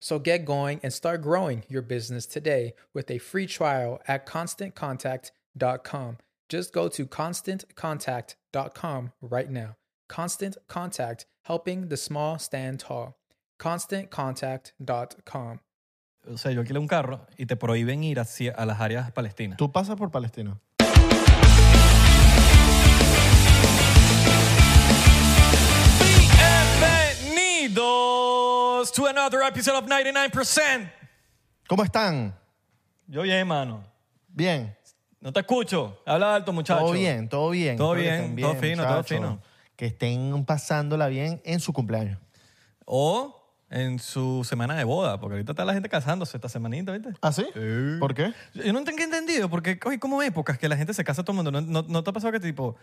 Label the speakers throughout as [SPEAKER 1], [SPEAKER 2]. [SPEAKER 1] So get going and start growing your business today with a free trial at constantcontact.com. Just go to constantcontact.com right now. Constant Contact, helping the small stand tall. ConstantContact.com.
[SPEAKER 2] O sea, yo alquilé un carro y te prohíben ir hacia, a las áreas palestinas.
[SPEAKER 3] Tú pasas por Palestina.
[SPEAKER 2] Bienvenidos to another episode of 99%.
[SPEAKER 3] ¿Cómo están?
[SPEAKER 2] Yo bien, mano.
[SPEAKER 3] Bien.
[SPEAKER 2] No te escucho. Habla alto, muchacho.
[SPEAKER 3] Todo bien, todo bien.
[SPEAKER 2] Todo
[SPEAKER 3] Espero que
[SPEAKER 2] bien,
[SPEAKER 3] estén
[SPEAKER 2] todo fino, todo
[SPEAKER 3] muchachos.
[SPEAKER 2] fino.
[SPEAKER 3] Que estén pasándola bien en su cumpleaños.
[SPEAKER 2] O en su semana de boda, porque ahorita está la gente casándose esta semanita, ¿viste?
[SPEAKER 3] ¿Ah, sí? ¿Por qué?
[SPEAKER 2] Yo no tengo entendido, porque hoy como épocas que la gente se casa todo el mundo. ¿No, no, no te ha pasado que tipo,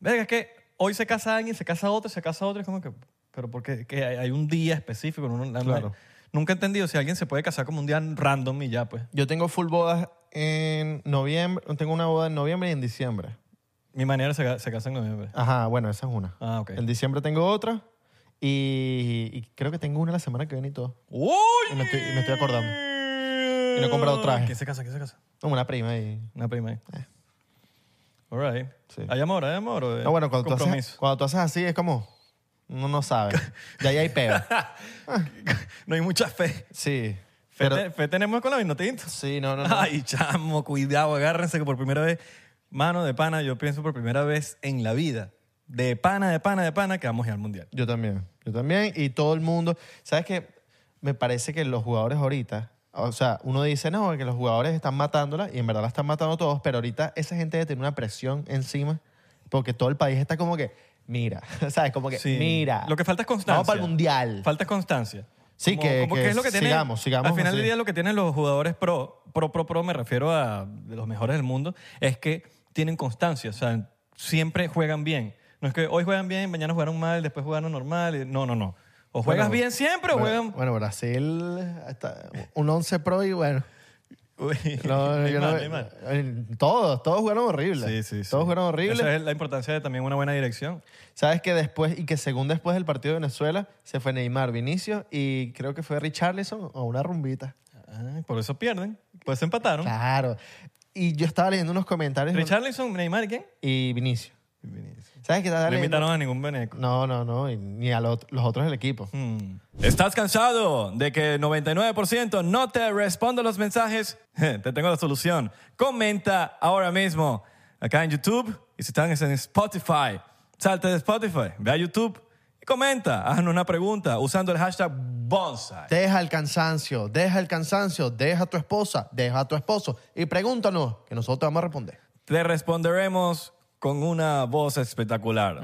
[SPEAKER 2] verga, es que hoy se casa alguien, se casa otro, se casa otro? Es como que, pero porque que hay hay un día específico. uno- la-
[SPEAKER 3] Claro.
[SPEAKER 2] Nunca he entendido si alguien se puede casar como un día random y ya, pues.
[SPEAKER 3] Yo tengo full bodas en noviembre. Tengo una boda en noviembre y en diciembre.
[SPEAKER 2] Mi manera se, ca- se casa en noviembre.
[SPEAKER 3] Ajá, bueno, esa es una.
[SPEAKER 2] Ah, ok.
[SPEAKER 3] En diciembre tengo otra. Y, y creo que tengo una la semana que viene y todo.
[SPEAKER 2] ¡Uy!
[SPEAKER 3] Y me estoy- me estoy acordando. Y no he comprado traje.
[SPEAKER 2] ¿Quién se casa? ¿Quién se casa?
[SPEAKER 3] Como una prima y...
[SPEAKER 2] Una prima ahí. All right.
[SPEAKER 3] Sí.
[SPEAKER 2] ¿Hay amor? ¿Hay amor? o es
[SPEAKER 3] No, bueno, cuando tú, haces,
[SPEAKER 2] compromiso?
[SPEAKER 3] cuando tú haces así es como... Uno no sabe. Ya ahí hay peo.
[SPEAKER 2] No hay mucha fe.
[SPEAKER 3] Sí.
[SPEAKER 2] Fe,
[SPEAKER 3] Pero...
[SPEAKER 2] te- fe tenemos con la vino tinto.
[SPEAKER 3] Sí, no, no, no.
[SPEAKER 2] Ay, chamo, cuidado, agárrense que por primera vez, mano de pana, yo pienso por primera vez en la vida, de pana, de pana, de pana, que vamos a ir al mundial.
[SPEAKER 3] Yo también, yo también. Y todo el mundo, ¿sabes qué? Me parece que los jugadores ahorita, o sea, uno dice, no, que los jugadores están matándola y en verdad la están matando todos, pero ahorita esa gente debe tener una presión encima porque todo el país está como que, mira, ¿sabes? Como que,
[SPEAKER 2] Sí.
[SPEAKER 3] mira.
[SPEAKER 2] Lo que falta es constancia.
[SPEAKER 3] Vamos para el Mundial.
[SPEAKER 2] Falta constancia.
[SPEAKER 3] Sí, que- que
[SPEAKER 2] tiene-
[SPEAKER 3] sigamos, sigamos
[SPEAKER 2] Al final
[SPEAKER 3] así.
[SPEAKER 2] del día, lo que tienen los jugadores pro, pro, pro, pro, me refiero a de los mejores del mundo, es que tienen constancia, o sea, siempre juegan bien. No es que hoy juegan bien, mañana jugaron mal, después jugaron normal. y- No, no, no. O juegas
[SPEAKER 3] Bueno,
[SPEAKER 2] bien siempre o
[SPEAKER 3] Bueno,
[SPEAKER 2] juegan.
[SPEAKER 3] Bueno, Brasil, está un 11 pro y bueno.
[SPEAKER 2] Uy,
[SPEAKER 3] No, no, yo no-
[SPEAKER 2] Neymar, Neymar.
[SPEAKER 3] eh, Todos, todos jugaron horrible.
[SPEAKER 2] Sí, sí, sí.
[SPEAKER 3] Todos jugaron horrible.
[SPEAKER 2] Esa es la importancia de también una buena dirección.
[SPEAKER 3] Sabes que después, y que según después del partido de Venezuela, se fue Neymar, Vinicius y creo que fue Richarlison o una rumbita.
[SPEAKER 2] Ah, por eso pierden. Pues se empataron.
[SPEAKER 3] Claro. Y yo estaba leyendo unos comentarios
[SPEAKER 2] Richarlison, Neymar, ¿quién?
[SPEAKER 3] y Vinicius. ¿Sabes qué? Estaba
[SPEAKER 2] No
[SPEAKER 3] leyendo-
[SPEAKER 2] invitaron a ningún veneco.
[SPEAKER 3] No, no, no, y ni a los, los otros del equipo.
[SPEAKER 2] Hmm. ¿Estás cansado de que 99% no te responde los mensajes? Te tengo la solución. Comenta ahora mismo acá en YouTube y si están en Spotify, salte de Spotify, ve a YouTube y comenta. Haznos una pregunta usando el hashtag Bonsai.
[SPEAKER 3] Deja el cansancio, deja el cansancio, deja a tu esposa, deja a tu esposo y pregúntanos, que nosotros te vamos a responder.
[SPEAKER 2] Te responderemos con una voz espectacular.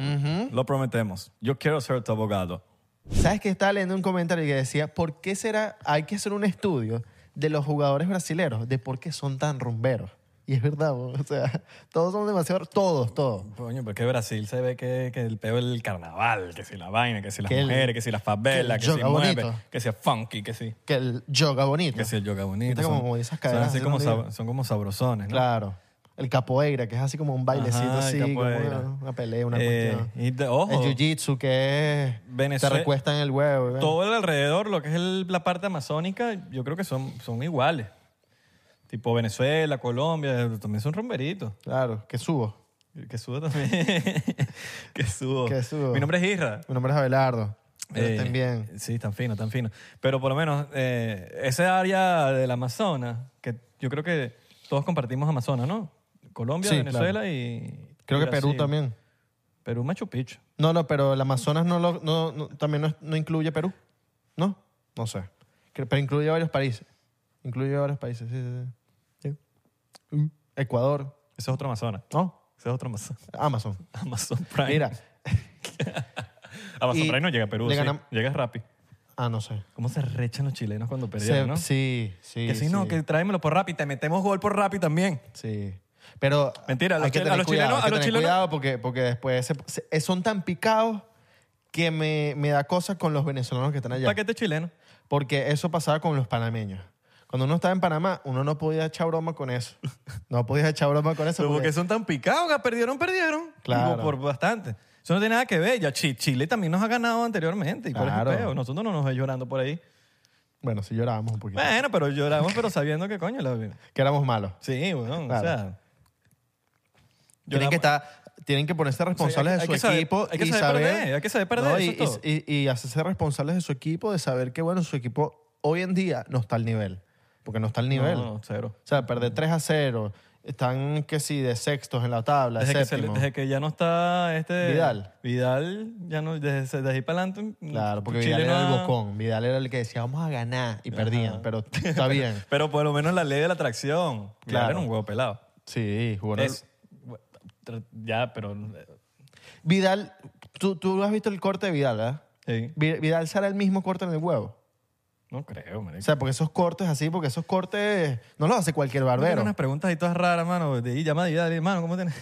[SPEAKER 2] Lo prometemos. Yo quiero ser tu abogado.
[SPEAKER 3] ¿Sabes que estaba leyendo un comentario que decía, ¿por qué será, hay que hacer un estudio de los jugadores brasileños, de por qué son tan rumberos? Y es verdad, bo, o sea, todos son demasiado, todos, todos.
[SPEAKER 2] Coño, porque Brasil se ve que, que el peo del carnaval, que si la vaina, que si las
[SPEAKER 3] Que el-
[SPEAKER 2] mujeres, que si las favelas,
[SPEAKER 3] que
[SPEAKER 2] que,
[SPEAKER 3] el
[SPEAKER 2] si
[SPEAKER 3] yoga
[SPEAKER 2] mueve,
[SPEAKER 3] bonito.
[SPEAKER 2] que si funky, que si,
[SPEAKER 3] Que el yoga bonito.
[SPEAKER 2] que si el yoga
[SPEAKER 3] Viste
[SPEAKER 2] bonito.
[SPEAKER 3] como- como esas
[SPEAKER 2] son
[SPEAKER 3] caderas
[SPEAKER 2] así
[SPEAKER 3] así
[SPEAKER 2] como,
[SPEAKER 3] donde-
[SPEAKER 2] sab- son como sabrosones, ¿no?
[SPEAKER 3] Claro. El capoeira, que es así como un bailecito
[SPEAKER 2] Ajá,
[SPEAKER 3] así,
[SPEAKER 2] el
[SPEAKER 3] como
[SPEAKER 2] capoeira.
[SPEAKER 3] una, una pelea, una
[SPEAKER 2] Eh,
[SPEAKER 3] cuestión.
[SPEAKER 2] y de- ojo.
[SPEAKER 3] El jiu-jitsu, que es...
[SPEAKER 2] Venezue-
[SPEAKER 3] Te recuestan el huevo. y bueno.
[SPEAKER 2] Todo el alrededor, lo que es el- la parte amazónica, yo creo que son, son iguales. Tipo Venezuela, Colombia, también son romberitos.
[SPEAKER 3] Claro, que subo.
[SPEAKER 2] Que subo también. que subo.
[SPEAKER 3] Que subo.
[SPEAKER 2] Mi nombre es Isra.
[SPEAKER 3] Mi nombre es Abelardo. Pero
[SPEAKER 2] Eh,
[SPEAKER 3] estén bien.
[SPEAKER 2] Sí, tan fino, tan fino. Pero por lo menos eh, esa área del Amazonas, que yo creo que todos compartimos Amazonas, ¿no? Colombia,
[SPEAKER 3] Sí,
[SPEAKER 2] Venezuela
[SPEAKER 3] claro.
[SPEAKER 2] y.
[SPEAKER 3] Creo
[SPEAKER 2] y
[SPEAKER 3] que Perú
[SPEAKER 2] Brasil.
[SPEAKER 3] también.
[SPEAKER 2] Perú, Machu Picchu.
[SPEAKER 3] No, no, pero el Amazonas no lo- no- no- también no, es- no incluye Perú. ¿No? No sé. Cre- Pero incluye varios países. Incluye varios países, sí, sí, sí. Sí. Mm. Ecuador.
[SPEAKER 2] Ese es otro Amazonas.
[SPEAKER 3] No,
[SPEAKER 2] Ese es otro Amazonas.
[SPEAKER 3] Amazon.
[SPEAKER 2] Amazon Prime.
[SPEAKER 3] Mira.
[SPEAKER 2] Amazon
[SPEAKER 3] y
[SPEAKER 2] Prime no llega a Perú.
[SPEAKER 3] le
[SPEAKER 2] sí.
[SPEAKER 3] ganam-
[SPEAKER 2] Llega rápido.
[SPEAKER 3] Ah, no sé.
[SPEAKER 2] ¿Cómo se rechan los chilenos cuando
[SPEAKER 3] Se-
[SPEAKER 2] perdieron, no?
[SPEAKER 3] Sí, sí.
[SPEAKER 2] que si
[SPEAKER 3] sí,
[SPEAKER 2] no, que tráemelo por Rappi. Te metemos gol por Rappi también.
[SPEAKER 3] Sí. Pero.
[SPEAKER 2] Mentira, a
[SPEAKER 3] hay
[SPEAKER 2] los
[SPEAKER 3] que
[SPEAKER 2] chil- a
[SPEAKER 3] tener
[SPEAKER 2] los
[SPEAKER 3] cuidado,
[SPEAKER 2] chilenos-
[SPEAKER 3] hay
[SPEAKER 2] a
[SPEAKER 3] que
[SPEAKER 2] los
[SPEAKER 3] tener
[SPEAKER 2] chilenos-
[SPEAKER 3] Cuidado porque, porque después se- se- son tan picados que me, me da cosas con los venezolanos que están allá.
[SPEAKER 2] Paquete chileno.
[SPEAKER 3] Porque eso pasaba con los panameños. Cuando uno estaba en Panamá, uno no podía echar broma con eso. No podía echar broma con eso.
[SPEAKER 2] Pero
[SPEAKER 3] porque-
[SPEAKER 2] porque son tan picados, que perdieron, perdieron.
[SPEAKER 3] Pues, Claro.
[SPEAKER 2] Digo, por bastante. Eso no tiene nada que ver. Ya Chi- Chile también nos ha ganado anteriormente. Y
[SPEAKER 3] Claro.
[SPEAKER 2] por eso nosotros no nos ve llorando por ahí.
[SPEAKER 3] Bueno, sí llorábamos un poquito.
[SPEAKER 2] Bueno, pero lloramos, pero sabiendo que coño. la-
[SPEAKER 3] Que éramos malos.
[SPEAKER 2] Sí, bueno, o
[SPEAKER 3] Claro.
[SPEAKER 2] sea.
[SPEAKER 3] Tienen
[SPEAKER 2] lloramos-
[SPEAKER 3] que, estar, tienen que ponerse responsables
[SPEAKER 2] hay-
[SPEAKER 3] de
[SPEAKER 2] hay
[SPEAKER 3] su
[SPEAKER 2] que saber-
[SPEAKER 3] equipo.
[SPEAKER 2] hay que
[SPEAKER 3] y
[SPEAKER 2] saber
[SPEAKER 3] saber
[SPEAKER 2] perder, hay que saber perder,
[SPEAKER 3] y,
[SPEAKER 2] eso es todo.
[SPEAKER 3] y- y- y hacerse responsables de su equipo, de saber que, bueno, su equipo hoy en día no está al nivel. Porque no está al nivel.
[SPEAKER 2] No, no, cero.
[SPEAKER 3] O sea, perder 3 a 0. Están, que sí, de sextos en la tabla,
[SPEAKER 2] Desde que, se-
[SPEAKER 3] séptimo.
[SPEAKER 2] desde que ya no está este.
[SPEAKER 3] Vidal.
[SPEAKER 2] Vidal, ya no. Desde, desde ahí para adelante.
[SPEAKER 3] Claro, porque
[SPEAKER 2] Chile
[SPEAKER 3] Vidal
[SPEAKER 2] no
[SPEAKER 3] era el
[SPEAKER 2] ha-
[SPEAKER 3] bocón. Vidal era el que decía, vamos a ganar. Y perdían, pero está bien.
[SPEAKER 2] Pero por lo menos la ley de la atracción. Claro.
[SPEAKER 3] Claro.
[SPEAKER 2] era un huevo pelado.
[SPEAKER 3] Sí, jugó en el-
[SPEAKER 2] Es- ya, pero.
[SPEAKER 3] Vidal, tú, tú has visto el corte de Vidal, ¿verdad?
[SPEAKER 2] Sí.
[SPEAKER 3] Vi- Vidal será el mismo corte en el huevo.
[SPEAKER 2] eh, No creo, marico.
[SPEAKER 3] O sea, porque esos cortes así, porque esos cortes no los hace cualquier
[SPEAKER 2] Tengo
[SPEAKER 3] barbero.
[SPEAKER 2] unas preguntas ahí todas raras, mano. De ahí llama y dale, mano, ¿cómo tienes?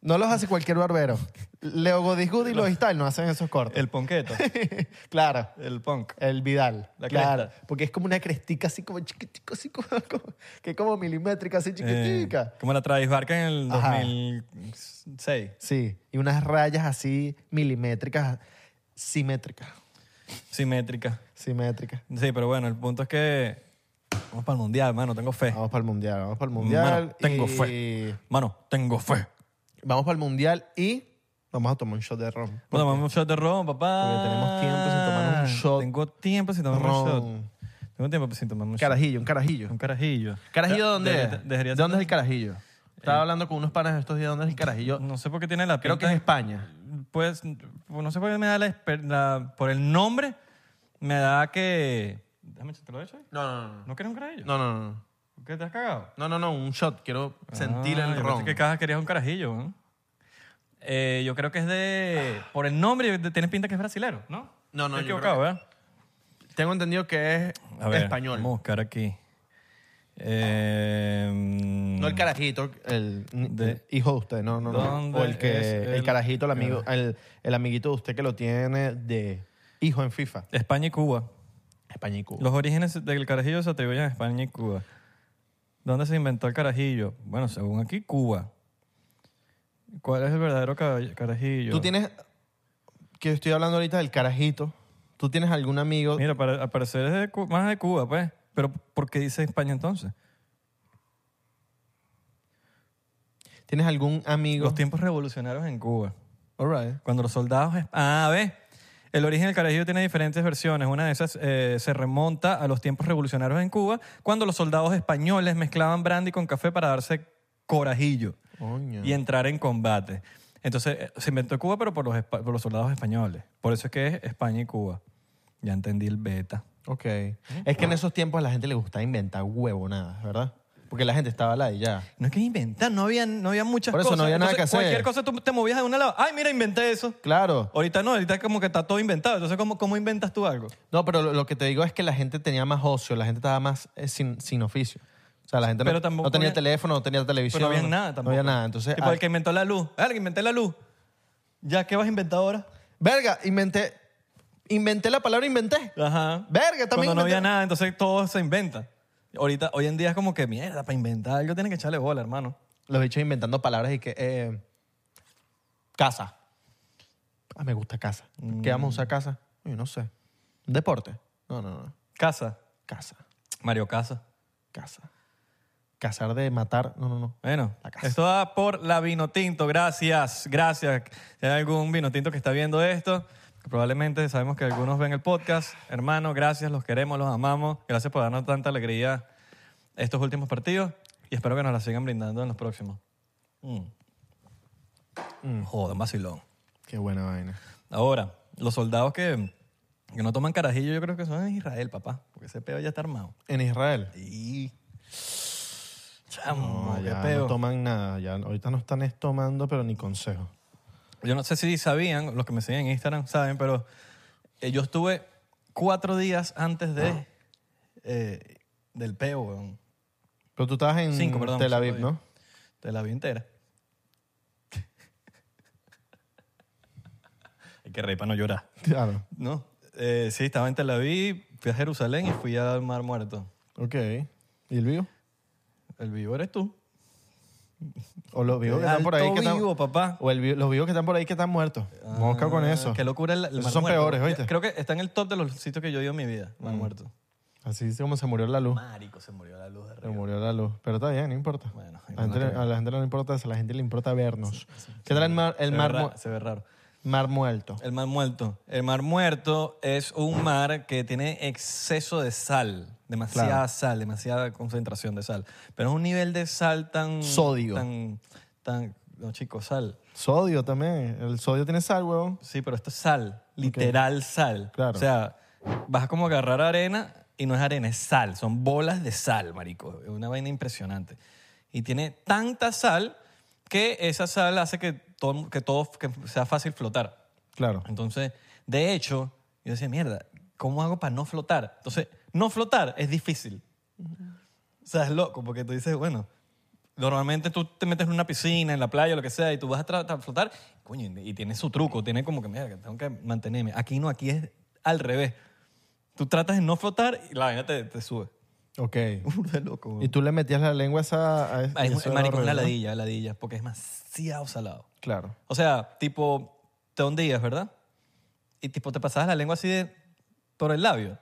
[SPEAKER 3] No los hace cualquier barbero. Leo Godisgood y los Style no hacen esos cortes.
[SPEAKER 2] El ponqueto,
[SPEAKER 3] claro,
[SPEAKER 2] el punk.
[SPEAKER 3] el Vidal.
[SPEAKER 2] La
[SPEAKER 3] claro,
[SPEAKER 2] cresta.
[SPEAKER 3] porque es como una crestica así como chiquitica, así como, como- que es como milimétrica, así chiquitica.
[SPEAKER 2] Eh, como la Travis Barker en el
[SPEAKER 3] Ajá.
[SPEAKER 2] 2006.
[SPEAKER 3] Sí, y unas rayas así milimétricas, simétricas,
[SPEAKER 2] Simétrica.
[SPEAKER 3] simétricas.
[SPEAKER 2] Sí, pero bueno, el punto es que vamos para el mundial, mano. Tengo fe.
[SPEAKER 3] Vamos para el mundial, vamos para el mundial.
[SPEAKER 2] Mano, tengo
[SPEAKER 3] y-
[SPEAKER 2] fe. Mano, tengo fe.
[SPEAKER 3] Vamos para el mundial y vamos a tomar un shot de ron.
[SPEAKER 2] Vamos a tomar un shot de ron, papá. Ah,
[SPEAKER 3] Porque tenemos tiempo sin tomar un shot.
[SPEAKER 2] Tengo tiempo sin tomar un
[SPEAKER 3] Ron.
[SPEAKER 2] shot. Tengo tiempo sin tomar un shot.
[SPEAKER 3] Carajillo, un carajillo.
[SPEAKER 2] Un carajillo.
[SPEAKER 3] ¿Carajillo
[SPEAKER 2] De-
[SPEAKER 3] dónde
[SPEAKER 2] de-
[SPEAKER 3] es?
[SPEAKER 2] de- debería
[SPEAKER 3] ¿De
[SPEAKER 2] ser- Eh,
[SPEAKER 3] dónde es el carajillo? Estaba hablando con unos panas estos días, ¿dónde es el carajillo?
[SPEAKER 2] No sé por qué tiene la
[SPEAKER 3] Creo que
[SPEAKER 2] pinta-
[SPEAKER 3] es España.
[SPEAKER 2] Pues, no sé por qué me da la, esper- la- Por el nombre, me da que... Déjame echar- ¿te lo he hecho?
[SPEAKER 3] No, no, no.
[SPEAKER 2] ¿No quieres un carajillo?
[SPEAKER 3] No, no, no.
[SPEAKER 2] ¿Qué te has cagado?
[SPEAKER 3] No, no, no, un shot. Quiero sentir
[SPEAKER 2] Ah,
[SPEAKER 3] el
[SPEAKER 2] yo
[SPEAKER 3] ron.
[SPEAKER 2] pensé que caja querías un carajillo, ¿no? Eh, yo creo que es de... Por el nombre, de- tienes pinta que es brasilero, ¿no?
[SPEAKER 3] No, no,
[SPEAKER 2] Estoy
[SPEAKER 3] yo creo
[SPEAKER 2] equivocado,
[SPEAKER 3] que-
[SPEAKER 2] ¿verdad?
[SPEAKER 3] Tengo entendido que es
[SPEAKER 2] A ver,
[SPEAKER 3] español.
[SPEAKER 2] Vamos a buscar aquí. Eh,
[SPEAKER 3] No el carajito, el,
[SPEAKER 2] De-
[SPEAKER 3] el hijo de usted, no, no, no.
[SPEAKER 2] ¿Dónde
[SPEAKER 3] O el que
[SPEAKER 2] es
[SPEAKER 3] el,
[SPEAKER 2] el-
[SPEAKER 3] carajito, el amigo, el, el amiguito de usted que lo tiene de hijo en FIFA.
[SPEAKER 2] España y Cuba.
[SPEAKER 3] España y Cuba.
[SPEAKER 2] Los orígenes del carajillo se atribuyen a España y Cuba. ¿Dónde se inventó el carajillo? Bueno, según aquí, Cuba. ¿Cuál es el verdadero ca- carajillo?
[SPEAKER 3] Tú tienes, que estoy hablando ahorita del carajito, tú tienes algún amigo,
[SPEAKER 2] Mira, para, al parecer es de Cu- más de Cuba, pues. Pero ¿por qué dice España entonces?
[SPEAKER 3] tienes algún amigo.
[SPEAKER 2] Los tiempos revolucionarios en Cuba.
[SPEAKER 3] All right.
[SPEAKER 2] Cuando los soldados... es- Ah, ve. El origen del carajillo tiene diferentes versiones. Una de esas eh, se remonta a los tiempos revolucionarios en Cuba, cuando los soldados españoles mezclaban brandy con café para darse corajillo
[SPEAKER 3] Coño.
[SPEAKER 2] y entrar en combate. Entonces eh, se inventó Cuba, pero por los, espa- por los soldados españoles. Por eso es que es España y Cuba. Ya entendí el beta.
[SPEAKER 3] Ok. Es que en esos tiempos a la gente le gustaba inventar huevonadas, ¿verdad? Porque la gente estaba la y ya.
[SPEAKER 2] No es que inventar, no había, no había muchas
[SPEAKER 3] Por
[SPEAKER 2] cosas.
[SPEAKER 3] eso no había nada
[SPEAKER 2] Entonces,
[SPEAKER 3] que hacer.
[SPEAKER 2] Cualquier cosa tú te movías de un lado. Ay, mira, inventé eso.
[SPEAKER 3] Claro.
[SPEAKER 2] Ahorita no, ahorita como que está todo inventado. Entonces, ¿cómo, cómo inventas tú algo?
[SPEAKER 3] No, pero lo, lo que te digo es que la gente tenía más ocio, la gente estaba más eh, sin, sin oficio. O sea, la gente no-
[SPEAKER 2] Pero
[SPEAKER 3] no,
[SPEAKER 2] tampoco
[SPEAKER 3] tenía
[SPEAKER 2] había-
[SPEAKER 3] teléfono, no tenía televisión.
[SPEAKER 2] Pero no había nada tampoco.
[SPEAKER 3] No había nada. Entonces,
[SPEAKER 2] Tipo,
[SPEAKER 3] ah,
[SPEAKER 2] el que inventó la luz. Ah, el que inventé la luz. ¿Ya qué vas a inventar ahora?
[SPEAKER 3] verga, inventé, inventé la palabra inventé.
[SPEAKER 2] Ajá.
[SPEAKER 3] Verga, también
[SPEAKER 2] Cuando no
[SPEAKER 3] inventé-
[SPEAKER 2] había nada, entonces todo se inventa. Ahorita, hoy en día es como que, mierda, para inventar algo tienen que echarle bola, hermano.
[SPEAKER 3] Los bichos inventando palabras y que... eh, casa. Ah, me gusta casa. ¿Qué vamos a usar casa? Yo no sé. ¿Deporte? No, no, no.
[SPEAKER 2] Casa.
[SPEAKER 3] Casa.
[SPEAKER 2] Mario Casa.
[SPEAKER 3] Casa. Cazar de matar. No, no, no.
[SPEAKER 2] Bueno,
[SPEAKER 3] La casa.
[SPEAKER 2] esto va por la Vinotinto. Gracias, gracias. Si hay algún Vinotinto que está viendo esto, que probablemente sabemos que algunos ven el podcast. Hermano, gracias, los queremos, los amamos. Gracias por darnos tanta alegría estos últimos partidos y espero que nos la sigan brindando en los próximos. Mm. Joder, un vacilón.
[SPEAKER 3] Qué buena vaina.
[SPEAKER 2] Ahora, los soldados que, que no toman carajillo, yo creo que son en Israel, papá, porque ese peo ya está armado.
[SPEAKER 3] En Israel.
[SPEAKER 2] Y... Chamo,
[SPEAKER 3] No,
[SPEAKER 2] qué
[SPEAKER 3] ya
[SPEAKER 2] peo.
[SPEAKER 3] no toman nada. Ya, ahorita no están es tomando, pero ni consejo.
[SPEAKER 2] Yo no sé si sabían, los que me siguen en Instagram saben, pero eh, yo estuve cuatro días antes de eh, del peo, weón.
[SPEAKER 3] Pero tú estabas en
[SPEAKER 2] Cinco, perdón.
[SPEAKER 3] Tel Aviv,
[SPEAKER 2] cinco días.
[SPEAKER 3] ¿no?
[SPEAKER 2] Te la vi entera. Hay que reír para no llorar.
[SPEAKER 3] Claro.
[SPEAKER 2] No, eh, sí, estaba en Tel Aviv, fui a Jerusalén y fui al Mar Muerto.
[SPEAKER 3] Ok. ¿Y el vivo?
[SPEAKER 2] El vivo eres tú.
[SPEAKER 3] O los vivos que están
[SPEAKER 2] Alto
[SPEAKER 3] por ahí que están...
[SPEAKER 2] vivo, papá.
[SPEAKER 3] O el vi- los vivos que están por ahí que están muertos. Mosca con
[SPEAKER 2] Ah,
[SPEAKER 3] eso.
[SPEAKER 2] Qué locura el, el
[SPEAKER 3] Esos
[SPEAKER 2] Mar
[SPEAKER 3] son
[SPEAKER 2] Muerto.
[SPEAKER 3] peores, ¿oíste? Mm.
[SPEAKER 2] Creo que está en el top de los sitios que yo he ido en mi vida, Mar Muerto.
[SPEAKER 3] Así es como se murió la luz.
[SPEAKER 2] Marico, se murió la luz de
[SPEAKER 3] Se murió la luz. Pero está bien, no importa.
[SPEAKER 2] Bueno,
[SPEAKER 3] a, la gente, le- a la gente no le importa eso, a la gente le importa vernos. ¿Qué tal el mar, el
[SPEAKER 2] se,
[SPEAKER 3] mar,
[SPEAKER 2] ve ra-
[SPEAKER 3] mu-
[SPEAKER 2] se ve raro.
[SPEAKER 3] mar muerto?
[SPEAKER 2] El mar muerto. El mar muerto es un mar que tiene exceso de sal, demasiada
[SPEAKER 3] Claro.
[SPEAKER 2] sal, demasiada concentración de sal. Pero es un nivel de sal tan...
[SPEAKER 3] Sodio.
[SPEAKER 2] Tan, tan, no, chicos, sal.
[SPEAKER 3] Sodio también. El sodio tiene sal, huevón.
[SPEAKER 2] Sí, pero esto es sal, literal sal.
[SPEAKER 3] Claro.
[SPEAKER 2] O sea, vas como a agarrar arena y no es arena, es sal. Son bolas de sal, marico. Es una vaina impresionante. Y tiene tanta sal que esa sal hace que todo, que todo que sea fácil flotar.
[SPEAKER 3] Claro.
[SPEAKER 2] Entonces, de hecho, yo decía, mierda, ¿cómo hago para no flotar? Entonces, no flotar es difícil. O sea, es loco, porque tú dices, bueno, normalmente tú te metes en una piscina, en la playa, lo que sea, y tú vas a tra- tra- flotar, coño, y tiene su truco, tiene como que, mierda, que tengo que mantenerme. Aquí no, aquí es al revés. Tú tratas de no flotar y la vaina te, te sube.
[SPEAKER 3] Ok.
[SPEAKER 2] Burda de loco.
[SPEAKER 3] Y
[SPEAKER 2] weón.
[SPEAKER 3] tú le metías la lengua a esa... A es-
[SPEAKER 2] Ay,
[SPEAKER 3] y eso era
[SPEAKER 2] marico, es una
[SPEAKER 3] horrible, ¿no?
[SPEAKER 2] ladilla, ladilla, porque es demasiado salado.
[SPEAKER 3] Claro.
[SPEAKER 2] O sea, tipo, te hundías, ¿verdad? Y tipo, te pasabas la lengua así de por el labio.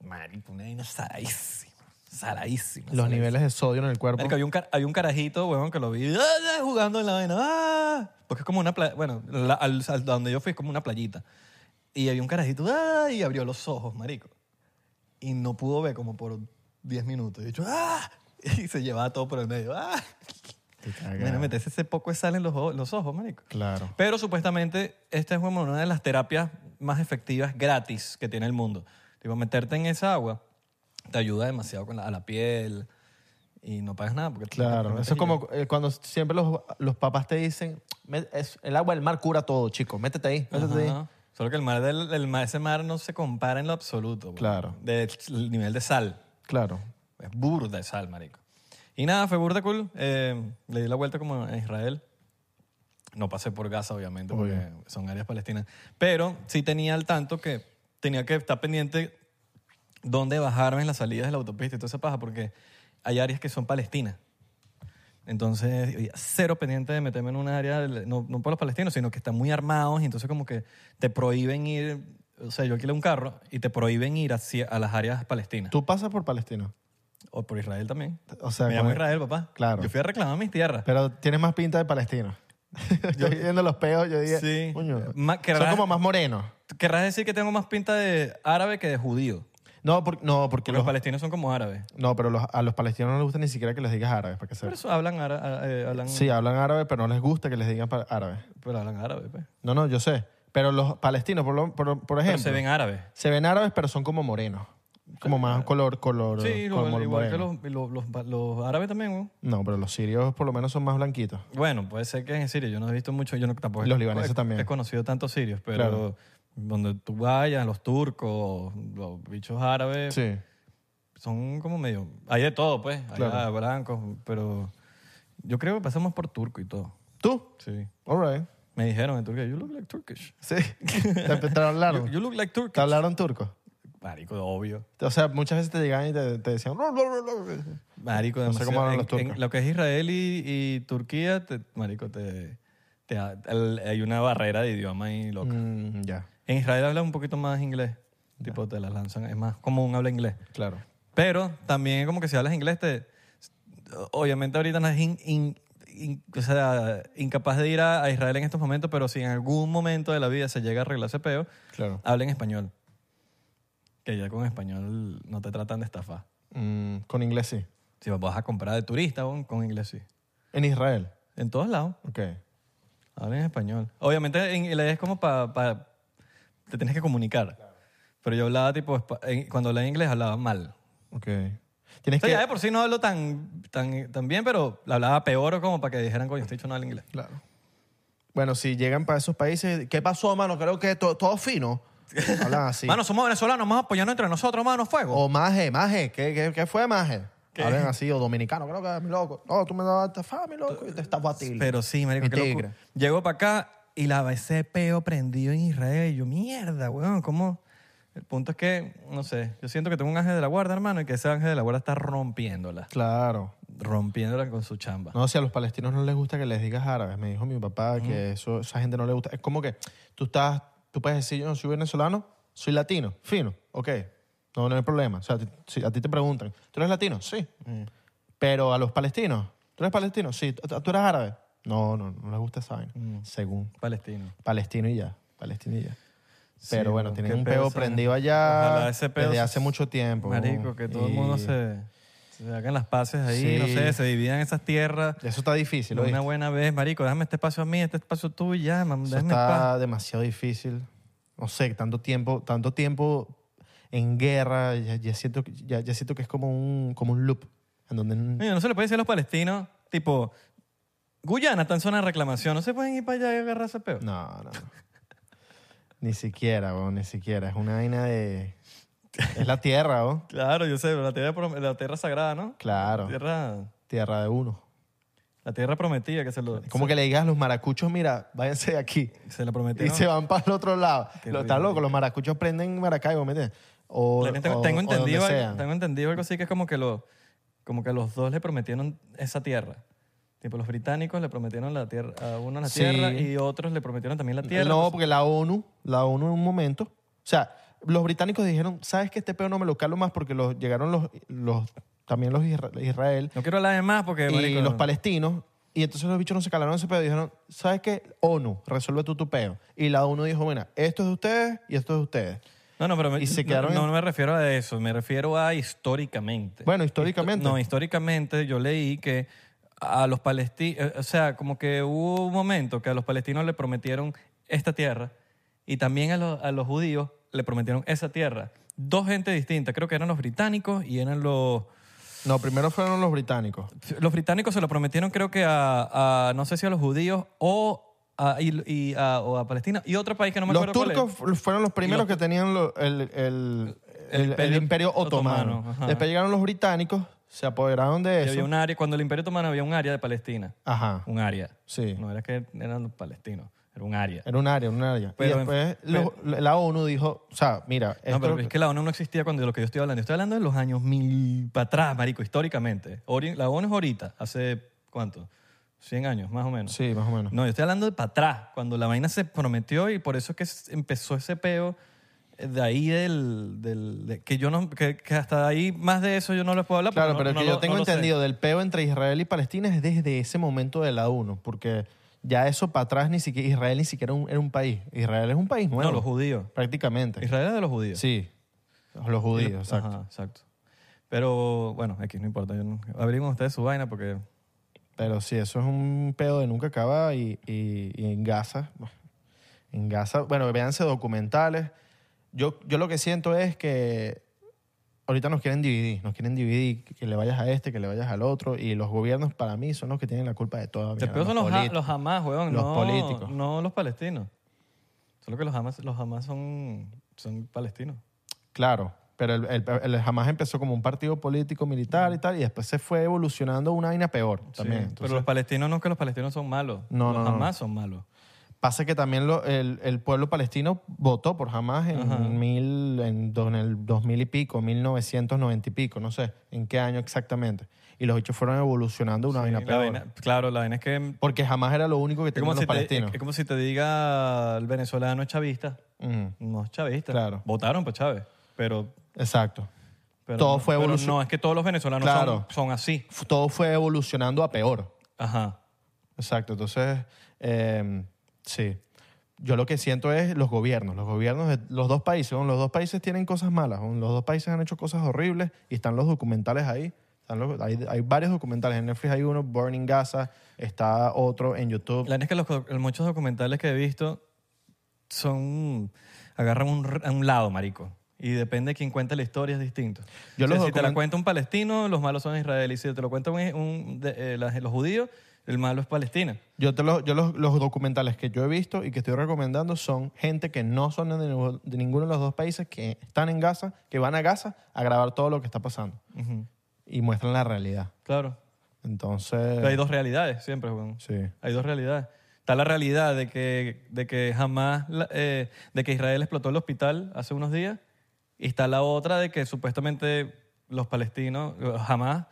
[SPEAKER 2] Marico, una vaina saladísima. Saladísima.
[SPEAKER 3] Los niveles de sodio en el cuerpo.
[SPEAKER 2] Marico, había un, car- había un carajito, weón, que lo vi ah, ah, jugando en la vaina. ah. Porque es como una playa. Bueno, la- al, al- donde yo fui es como una playita. Y había un carajito ah, y abrió los ojos, marico. Y no pudo ver como por 10 minutos. Y yo, ¡ah! Y se llevaba todo por el medio. ¡ah!
[SPEAKER 3] Te cagas.
[SPEAKER 2] Bueno, metes ese poco de sal en los, o- los ojos, marico.
[SPEAKER 3] Claro.
[SPEAKER 2] Pero supuestamente esta es como una de las terapias más efectivas gratis que tiene el mundo. Tipo, meterte en esa agua te ayuda demasiado con la- a la piel y no pagas nada. Porque
[SPEAKER 3] Claro, eso
[SPEAKER 2] porque-
[SPEAKER 3] es como eh, cuando siempre los, los papás te dicen, "Me- es- el agua del mar cura todo, chico, métete ahí, métete ahí.
[SPEAKER 2] Ajá. Solo que el mar, del, el mar- ese mar no se compara en lo absoluto. güey.
[SPEAKER 3] Claro.
[SPEAKER 2] Del el nivel de sal.
[SPEAKER 3] Claro.
[SPEAKER 2] Es burda de sal, marico. Y nada, fue burda cool. Eh, le di la vuelta como a Israel. No pasé por Gaza, obviamente, porque son áreas palestinas. Pero sí tenía al tanto que tenía que estar pendiente dónde bajarme en las salidas de la autopista y toda esa paja, porque hay áreas que son palestinas. Entonces, yo ya cero pendiente de meterme en un área, del- no, no por los palestinos, sino que están muy armados y entonces como que te prohíben ir, o sea, yo alquilé un carro y te prohíben ir hacia, a las áreas palestinas.
[SPEAKER 3] Tú pasas por Palestina.
[SPEAKER 2] O por Israel también.
[SPEAKER 3] O sea,
[SPEAKER 2] Me llamo
[SPEAKER 3] con-
[SPEAKER 2] Israel, papá.
[SPEAKER 3] Claro.
[SPEAKER 2] Yo fui a reclamar mis tierras.
[SPEAKER 3] Pero tienes más pinta de palestino. yo viendo los peos, yo dije,
[SPEAKER 2] Sí.
[SPEAKER 3] coño,
[SPEAKER 2] Ma- que
[SPEAKER 3] son
[SPEAKER 2] ra-
[SPEAKER 3] como más morenos.
[SPEAKER 2] Querrás decir que tengo más pinta de árabe que de judío.
[SPEAKER 3] No, por- no porque
[SPEAKER 2] Que los
[SPEAKER 3] los,
[SPEAKER 2] palestinos son como árabes.
[SPEAKER 3] no, pero los- a los palestinos no les gusta ni siquiera que les digas árabes, para que
[SPEAKER 2] Pero
[SPEAKER 3] sepas.
[SPEAKER 2] eso hablan, ára- eh, hablan,
[SPEAKER 3] Sí, hablan árabe, pero no les gusta que les digan pa- árabe.
[SPEAKER 2] pero hablan árabe. pues.
[SPEAKER 3] No, no, yo sé. Pero los palestinos, por, lo- por, por
[SPEAKER 2] Pero
[SPEAKER 3] ejemplo,
[SPEAKER 2] se ven árabes.
[SPEAKER 3] se ven árabes, pero son como morenos. Como más color, color.
[SPEAKER 2] Sí, igual,
[SPEAKER 3] como
[SPEAKER 2] igual que
[SPEAKER 3] moreno.
[SPEAKER 2] los, los- los- los árabes también. ¿no?
[SPEAKER 3] No, pero los sirios por lo menos son más blanquitos.
[SPEAKER 2] Bueno, puede ser que en Siria. Yo no he visto mucho. Yo no, tampoco
[SPEAKER 3] Y los libaneses
[SPEAKER 2] he,
[SPEAKER 3] también.
[SPEAKER 2] He conocido tantos sirios, pero
[SPEAKER 3] Claro.
[SPEAKER 2] donde tú vayas, los turcos, los bichos árabes,
[SPEAKER 3] Sí.
[SPEAKER 2] son como medio. Hay de todo, pues. Hay
[SPEAKER 3] Claro.
[SPEAKER 2] blancos, pero yo creo que pasamos por turco y todo.
[SPEAKER 3] ¿Tú?
[SPEAKER 2] Sí.
[SPEAKER 3] All right.
[SPEAKER 2] Me dijeron en Turquía, you look like Turkish.
[SPEAKER 3] Sí. ¿Te, te hablaron?
[SPEAKER 2] You, you look like Turkish.
[SPEAKER 3] ¿Te hablaron turco?
[SPEAKER 2] Marico, obvio.
[SPEAKER 3] O sea, muchas veces te llegaban y te, te decían... "Ru, ru, ru, ru".
[SPEAKER 2] Marico,
[SPEAKER 3] No sé
[SPEAKER 2] demasiado-
[SPEAKER 3] cómo hablan
[SPEAKER 2] en-
[SPEAKER 3] los turcos.
[SPEAKER 2] en lo que es Israel y, y Turquía, te- marico, te, te- el- hay una barrera de idioma ahí loca.
[SPEAKER 3] Mm, ya,
[SPEAKER 2] En Israel hablan un poquito más inglés. Tipo, te las lanzan. Es más común habla inglés.
[SPEAKER 3] claro.
[SPEAKER 2] Pero también como que si hablas inglés, te, obviamente ahorita no es in- in- in- o sea, incapaz de ir a, a Israel en estos momentos, pero si en algún momento de la vida se llega a arreglar ese peo,
[SPEAKER 3] Claro.
[SPEAKER 2] habla en español. Que ya con español no te tratan de estafar.
[SPEAKER 3] Mm, con inglés sí.
[SPEAKER 2] Si vas a comprar de turista, bon, con inglés sí.
[SPEAKER 3] En Israel.
[SPEAKER 2] En todos lados,
[SPEAKER 3] Ok.
[SPEAKER 2] hablan en español. Obviamente en inglés es como para... te tienes que comunicar. Pero yo hablaba tipo... espa- en- Cuando hablaba inglés hablaba mal.
[SPEAKER 3] Ok.
[SPEAKER 2] O sea,
[SPEAKER 3] Tienes que...
[SPEAKER 2] ya de por sí no hablo tan, tan, tan bien, pero hablaba peor o como para que dijeran, coño, este dicho no habla inglés.
[SPEAKER 3] Claro. Bueno, si llegan para esos países... ¿Qué pasó, mano? Creo que to- todo fino. Hablan así.
[SPEAKER 2] Mano, somos venezolanos, vamos a apoyarnos entre nosotros, mano, fuego.
[SPEAKER 3] O maje, maje. ¿Qué, qué, qué fue maje? Hablan así. O dominicano. Creo que mi loco. No, tú me dabas estafa, mi loco. Y te estafó a ti.
[SPEAKER 2] Pero sí, marico,
[SPEAKER 3] Mi
[SPEAKER 2] qué
[SPEAKER 3] tigre.
[SPEAKER 2] locura. Llego para acá y la besé peo prendido en Israel. Y yo, mierda, weón, ¿cómo? El punto es que, no sé, yo siento que tengo un ángel de la guarda, hermano, y que ese ángel de la guarda está rompiéndola.
[SPEAKER 3] Claro.
[SPEAKER 2] Rompiéndola con su chamba.
[SPEAKER 3] No, si a los palestinos no les gusta que les digas árabes. Me dijo mi papá que eso, esa gente no le gusta. Es como que tú estás, tú puedes decir, yo no soy venezolano, soy latino, fino, ok. No, no hay problema. O sea, ti- si a ti te preguntan, ¿tú eres latino? Sí.
[SPEAKER 2] Mm.
[SPEAKER 3] Pero a los palestinos, ¿tú eres palestino? Sí. ¿Tú tú eres árabe? No, no, no les gusta esa vaina.
[SPEAKER 2] Mm.
[SPEAKER 3] Según
[SPEAKER 2] Palestino.
[SPEAKER 3] palestino y ya, palestino y ya.
[SPEAKER 2] Sí,
[SPEAKER 3] Pero bueno,
[SPEAKER 2] weón,
[SPEAKER 3] tienen
[SPEAKER 2] qué
[SPEAKER 3] un
[SPEAKER 2] pedo
[SPEAKER 3] peo
[SPEAKER 2] esa-
[SPEAKER 3] prendido allá
[SPEAKER 2] Ojalá ese pedo
[SPEAKER 3] desde
[SPEAKER 2] se-
[SPEAKER 3] hace mucho tiempo.
[SPEAKER 2] Marico, que todo el mundo
[SPEAKER 3] Y
[SPEAKER 2] se, se hagan las paces ahí,
[SPEAKER 3] Sí.
[SPEAKER 2] no sé, se dividan esas tierras.
[SPEAKER 3] Eso está difícil,
[SPEAKER 2] una
[SPEAKER 3] ¿oíste?
[SPEAKER 2] buena vez, marico, déjame este espacio a mí, este espacio tú y ya, mam,
[SPEAKER 3] Eso
[SPEAKER 2] déjame en paz.
[SPEAKER 3] está demasiado difícil. No sé, tanto tiempo, tanto tiempo en guerra, ya, ya siento, que- ya, ya siento que es como un, como un loop. En donde n-
[SPEAKER 2] Mira, no se le puede decir a los palestinos, tipo, Guyana está en zona de reclamación, no se pueden ir para allá y agarrar ese peo.
[SPEAKER 3] no, no, no. Ni siquiera, weón, ni siquiera. Es una vaina de... Es la tierra, ¿o?
[SPEAKER 2] Claro, yo sé, pero la tierra, prom- la tierra sagrada, ¿no?
[SPEAKER 3] Claro,
[SPEAKER 2] Tierra,
[SPEAKER 3] tierra de uno.
[SPEAKER 2] la tierra prometida que se lo...
[SPEAKER 3] Es como que le digas a los maracuchos, mira, váyanse de aquí.
[SPEAKER 2] Se la
[SPEAKER 3] Y
[SPEAKER 2] prometieron.
[SPEAKER 3] se van para el otro lado.
[SPEAKER 2] Qué
[SPEAKER 3] Lo- Está
[SPEAKER 2] ridículo.
[SPEAKER 3] loco, los maracuchos prenden Maracaibo, ¿me entiendes? O,
[SPEAKER 2] La gente-
[SPEAKER 3] o-
[SPEAKER 2] tengo,
[SPEAKER 3] o donde
[SPEAKER 2] entendido, algo-
[SPEAKER 3] sean.
[SPEAKER 2] tengo entendido algo así que es como que, lo, como que los dos le prometieron esa tierra. Tipo, los británicos le prometieron la tierra, a uno la
[SPEAKER 3] Sí.
[SPEAKER 2] tierra y otros le prometieron también la tierra. Pues,
[SPEAKER 3] No, porque la ONU, la ONU en un momento, o sea, los británicos dijeron, ¿sabes que este peo no me lo calo más? Porque los, llegaron los, los, también los isra- Israel
[SPEAKER 2] No quiero hablar de más porque,
[SPEAKER 3] y
[SPEAKER 2] marico,
[SPEAKER 3] los
[SPEAKER 2] no.
[SPEAKER 3] palestinos. Y entonces los bichos no se calaron ese peo. Dijeron, ¿sabes qué? ONU, resuelve tú tu peo. Y la ONU dijo, bueno, esto es de ustedes y esto es de ustedes.
[SPEAKER 2] No, no, pero me-
[SPEAKER 3] Y se
[SPEAKER 2] no-
[SPEAKER 3] quedaron
[SPEAKER 2] no,
[SPEAKER 3] en-
[SPEAKER 2] no me refiero a eso, me refiero a históricamente.
[SPEAKER 3] Bueno, históricamente.
[SPEAKER 2] No, históricamente yo leí que a los palestinos, o sea, como que hubo un momento que a los palestinos le prometieron esta tierra y también a, los- a los judíos le prometieron esa tierra. Dos gente distintas, creo que eran los británicos y eran los...
[SPEAKER 3] No, primero fueron los británicos.
[SPEAKER 2] Los británicos se lo prometieron creo que a, a- no sé si a los judíos o a, y- y a- o a Palestina y otro país que no me
[SPEAKER 3] los
[SPEAKER 2] acuerdo cuál es.
[SPEAKER 3] turcos fu- fueron los primeros
[SPEAKER 2] los-
[SPEAKER 3] que tenían lo- el, el- el- el
[SPEAKER 2] imperio
[SPEAKER 3] imperio otomano.
[SPEAKER 2] otomano, ajá.
[SPEAKER 3] Después llegaron los británicos, se apoderaron de
[SPEAKER 2] Y
[SPEAKER 3] eso.
[SPEAKER 2] había un área, cuando el Imperio Otomano había un área de Palestina.
[SPEAKER 3] Ajá.
[SPEAKER 2] un área.
[SPEAKER 3] Sí.
[SPEAKER 2] No era que eran los palestinos. Era un área.
[SPEAKER 3] Era un área, un área.
[SPEAKER 2] Pero,
[SPEAKER 3] y después lo- lo- la ONU dijo, o sea, mira,
[SPEAKER 2] No,
[SPEAKER 3] esto-
[SPEAKER 2] pero es que la ONU no existía cuando de lo que yo estoy hablando. Estoy hablando de los años mil para atrás, marico, históricamente. Ori- La ONU es ahorita, hace, ¿cuánto? 100 años, más o menos.
[SPEAKER 3] sí, más o menos.
[SPEAKER 2] No, yo estoy hablando de para atrás, cuando la vaina se prometió y por eso es que s- empezó ese peo eh, de ahí del... del- de- que yo no... Que, que hasta ahí más de eso yo no les puedo hablar.
[SPEAKER 3] Claro,
[SPEAKER 2] porque no-
[SPEAKER 3] pero el
[SPEAKER 2] no
[SPEAKER 3] que
[SPEAKER 2] lo-
[SPEAKER 3] yo tengo
[SPEAKER 2] no lo sé.
[SPEAKER 3] entendido del peo entre Israel y Palestina es desde ese momento de la ONU, porque ya eso para atrás ni siquiera Israel ni siquiera un- era un país. Israel es un país nuevo.
[SPEAKER 2] No, los judíos.
[SPEAKER 3] Prácticamente.
[SPEAKER 2] Israel es de los judíos.
[SPEAKER 3] Sí, los
[SPEAKER 2] Y
[SPEAKER 3] judíos,
[SPEAKER 2] lo-
[SPEAKER 3] exacto.
[SPEAKER 2] Ajá, exacto. Pero bueno, aquí no importa. Yo no, averigüen ustedes su vaina porque
[SPEAKER 3] Pero sí, eso es un pedo de nunca acaba y, y- y en Gaza. En Gaza, bueno, véanse documentales. Yo, yo lo que siento es que ahorita nos quieren dividir, nos quieren dividir, que le vayas a este, que le vayas al otro, y los gobiernos para mí son los que tienen la culpa de todo.
[SPEAKER 2] El
[SPEAKER 3] mira,
[SPEAKER 2] peor Este son los, ha-
[SPEAKER 3] políticos.
[SPEAKER 2] los Hamas, weón.
[SPEAKER 3] Los
[SPEAKER 2] no,
[SPEAKER 3] políticos.
[SPEAKER 2] No los palestinos. Solo que los Hamas, los Hamas son, son palestinos.
[SPEAKER 3] Claro, pero el, el, el jamás empezó como un partido político militar y tal, y después se fue evolucionando una vaina peor
[SPEAKER 2] Sí,
[SPEAKER 3] también.
[SPEAKER 2] pero
[SPEAKER 3] Entonces,
[SPEAKER 2] los palestinos no es que los palestinos son malos.
[SPEAKER 3] No,
[SPEAKER 2] los
[SPEAKER 3] no, no.
[SPEAKER 2] Hamas son malos.
[SPEAKER 3] Pasa que también lo- el, el pueblo palestino votó por Hamas
[SPEAKER 2] Ajá.
[SPEAKER 3] en, mil, en, do- en el 2000 y pico, 1990 y pico, no sé en qué año exactamente. Y los hechos fueron evolucionando una
[SPEAKER 2] Sí,
[SPEAKER 3] vaina
[SPEAKER 2] la
[SPEAKER 3] peor.
[SPEAKER 2] vaina- claro, la vaina es que... es
[SPEAKER 3] Porque Hamas era lo único que tenían
[SPEAKER 2] como,
[SPEAKER 3] los
[SPEAKER 2] si te,
[SPEAKER 3] palestinos.
[SPEAKER 2] es como si te diga el venezolano es chavista.
[SPEAKER 3] Mm,
[SPEAKER 2] No es chavista.
[SPEAKER 3] Claro.
[SPEAKER 2] Votaron por Chávez, pero...
[SPEAKER 3] exacto.
[SPEAKER 2] pero
[SPEAKER 3] Todo
[SPEAKER 2] no,
[SPEAKER 3] fue
[SPEAKER 2] pero
[SPEAKER 3] evolucion-
[SPEAKER 2] No, es que todos los venezolanos
[SPEAKER 3] Claro.
[SPEAKER 2] son, son así.
[SPEAKER 3] F- Todo fue evolucionando a peor.
[SPEAKER 2] Ajá.
[SPEAKER 3] Exacto, entonces, eh, sí. Yo lo que siento es los gobiernos, los gobiernos de los dos países, ¿no? los dos países tienen cosas malas, ¿no? los dos países han hecho cosas horribles y están los documentales ahí. Están los- hay, hay varios documentales, en Netflix hay uno, Burning Gaza, está otro en YouTube.
[SPEAKER 2] La verdad es que los, doc- muchos documentales que he visto son. agarran un, r- a un lado, marico. Y depende de quién cuente la historia, es distinto.
[SPEAKER 3] Yo
[SPEAKER 2] O sea,
[SPEAKER 3] los
[SPEAKER 2] si te la
[SPEAKER 3] document-
[SPEAKER 2] cuenta un palestino, los malos son israelíes. Si te lo cuenta un, un- de- eh, las- los judíos, el malo es Palestina.
[SPEAKER 3] Yo, te lo- yo los, los documentales que yo he visto y que estoy recomendando son gente que no son de, ningún- de ninguno de los dos países, que están en Gaza, que van a Gaza a grabar todo lo que está pasando
[SPEAKER 2] Ujú,
[SPEAKER 3] y muestran la realidad.
[SPEAKER 2] Claro.
[SPEAKER 3] Entonces...
[SPEAKER 2] Pero hay dos realidades siempre, weón.
[SPEAKER 3] Sí.
[SPEAKER 2] Hay dos realidades. Está la realidad de que, de que jamás, la- eh, de que Israel explotó el hospital hace unos días. Y está la otra de que supuestamente los palestinos eh, jamás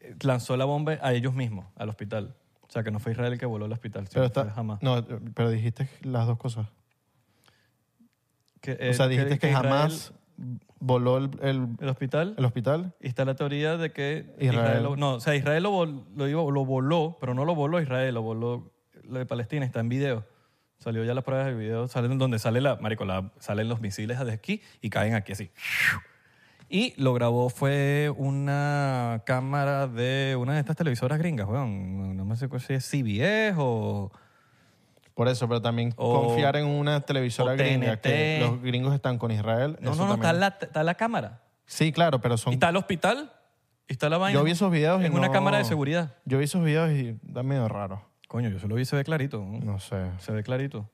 [SPEAKER 2] eh, lanzó la bomba a ellos mismos, al hospital. O sea, que no fue Israel el que voló al hospital, sino
[SPEAKER 3] Pero
[SPEAKER 2] fue
[SPEAKER 3] está,
[SPEAKER 2] jamás.
[SPEAKER 3] No, pero dijiste las dos cosas.
[SPEAKER 2] Que,
[SPEAKER 3] o
[SPEAKER 2] eh,
[SPEAKER 3] sea, dijiste que,
[SPEAKER 2] Israel-
[SPEAKER 3] jamás voló el, el-
[SPEAKER 2] El hospital.
[SPEAKER 3] el hospital.
[SPEAKER 2] Y está la teoría de que
[SPEAKER 3] Israel.
[SPEAKER 2] Israel, lo, no, o sea, Israel lo, vol- lo, iba- lo voló, pero no lo voló Israel, lo voló lo de Palestina, está en video. Salió ya las pruebas del video, salen donde sale la, marico, la- salen los misiles de aquí y caen aquí así. Y lo grabó fue una cámara de una de estas televisoras gringas, weón. No me sé cuál si es CBS o...
[SPEAKER 3] Por eso, pero también
[SPEAKER 2] O-
[SPEAKER 3] confiar en una televisora
[SPEAKER 2] o
[SPEAKER 3] gringa, que
[SPEAKER 2] TNT.
[SPEAKER 3] los gringos están con Israel.
[SPEAKER 2] No,
[SPEAKER 3] eso
[SPEAKER 2] no, no, está
[SPEAKER 3] también.
[SPEAKER 2] la, está la cámara.
[SPEAKER 3] Sí, claro, pero
[SPEAKER 2] Y
[SPEAKER 3] son...
[SPEAKER 2] está el hospital, y está la vaina.
[SPEAKER 3] Yo vi esos videos y
[SPEAKER 2] En una
[SPEAKER 3] no-
[SPEAKER 2] cámara de seguridad.
[SPEAKER 3] Yo vi esos videos y da medio raro.
[SPEAKER 2] Coño, yo se lo vi, se ve clarito. weón.
[SPEAKER 3] No sé.
[SPEAKER 2] Se ve clarito.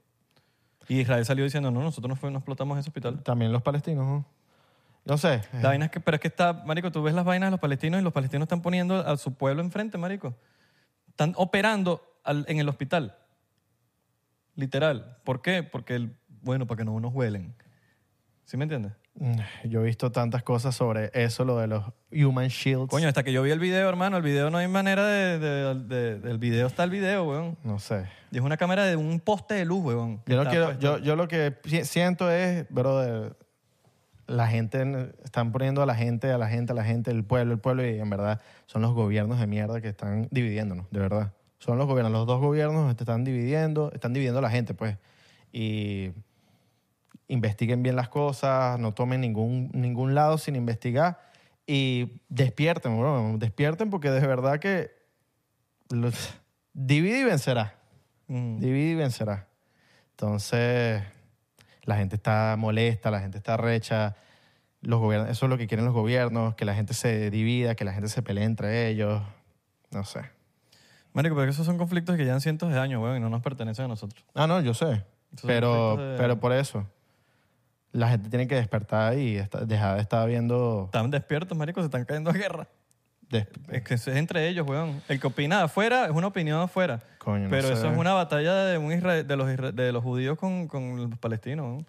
[SPEAKER 2] Y Israel salió diciendo, no, nosotros no, fue, no explotamos ese hospital.
[SPEAKER 3] También los palestinos, ¿no? No sé.
[SPEAKER 2] La vaina es que, pero es que está, marico, tú ves las vainas de los palestinos y los palestinos están poniendo a su pueblo enfrente, marico. Están operando al- en el hospital. Literal. ¿Por qué? Porque, el, bueno, para que no nos huelen. ¿Sí me entiendes?
[SPEAKER 3] Yo he visto tantas cosas sobre eso, lo de los human shields.
[SPEAKER 2] Coño, hasta que yo vi el video, hermano, el video no hay manera de... de- de- del video está el video, weón.
[SPEAKER 3] No sé.
[SPEAKER 2] Y es una cámara de un poste de luz, weón.
[SPEAKER 3] Yo,
[SPEAKER 2] Está
[SPEAKER 3] no
[SPEAKER 2] pues
[SPEAKER 3] quiero,
[SPEAKER 2] puesto.
[SPEAKER 3] yo, yo lo que si- siento es, brother, la gente, en- están poniendo a la gente, a la gente, a la gente, el pueblo, el pueblo, y en verdad son los gobiernos de mierda que están dividiéndonos, de verdad. Son los gobiernos, los dos gobiernos te están dividiendo, están dividiendo a la gente, pues. Y investiguen bien las cosas, no tomen ningún, ningún lado sin investigar y despierten, bro, despierten porque de verdad que los, divide y vencerá.
[SPEAKER 2] Mm.
[SPEAKER 3] Divide y vencerá. Entonces, la gente está molesta, la gente está recha. Los gobiernos, eso es lo que quieren los gobiernos, que la gente se divida, que la gente se pelee entre ellos. No sé.
[SPEAKER 2] Marico, pero esos son conflictos que ya han cientos de años, weón, y no nos pertenecen a nosotros.
[SPEAKER 3] Ah, no, yo sé.
[SPEAKER 2] Esos
[SPEAKER 3] Pero,
[SPEAKER 2] efectos de-
[SPEAKER 3] pero por eso, la gente tiene que despertar y esta- dejar de estar viendo...
[SPEAKER 2] Están despiertos, marico, se están cayendo a guerra.
[SPEAKER 3] Des-
[SPEAKER 2] Es que eso es entre ellos, weón. El que opina afuera es una opinión afuera.
[SPEAKER 3] Coño, no
[SPEAKER 2] Pero
[SPEAKER 3] sé.
[SPEAKER 2] eso es una batalla de, un isra- de, los, isra- de los judíos con, con los palestinos. weón.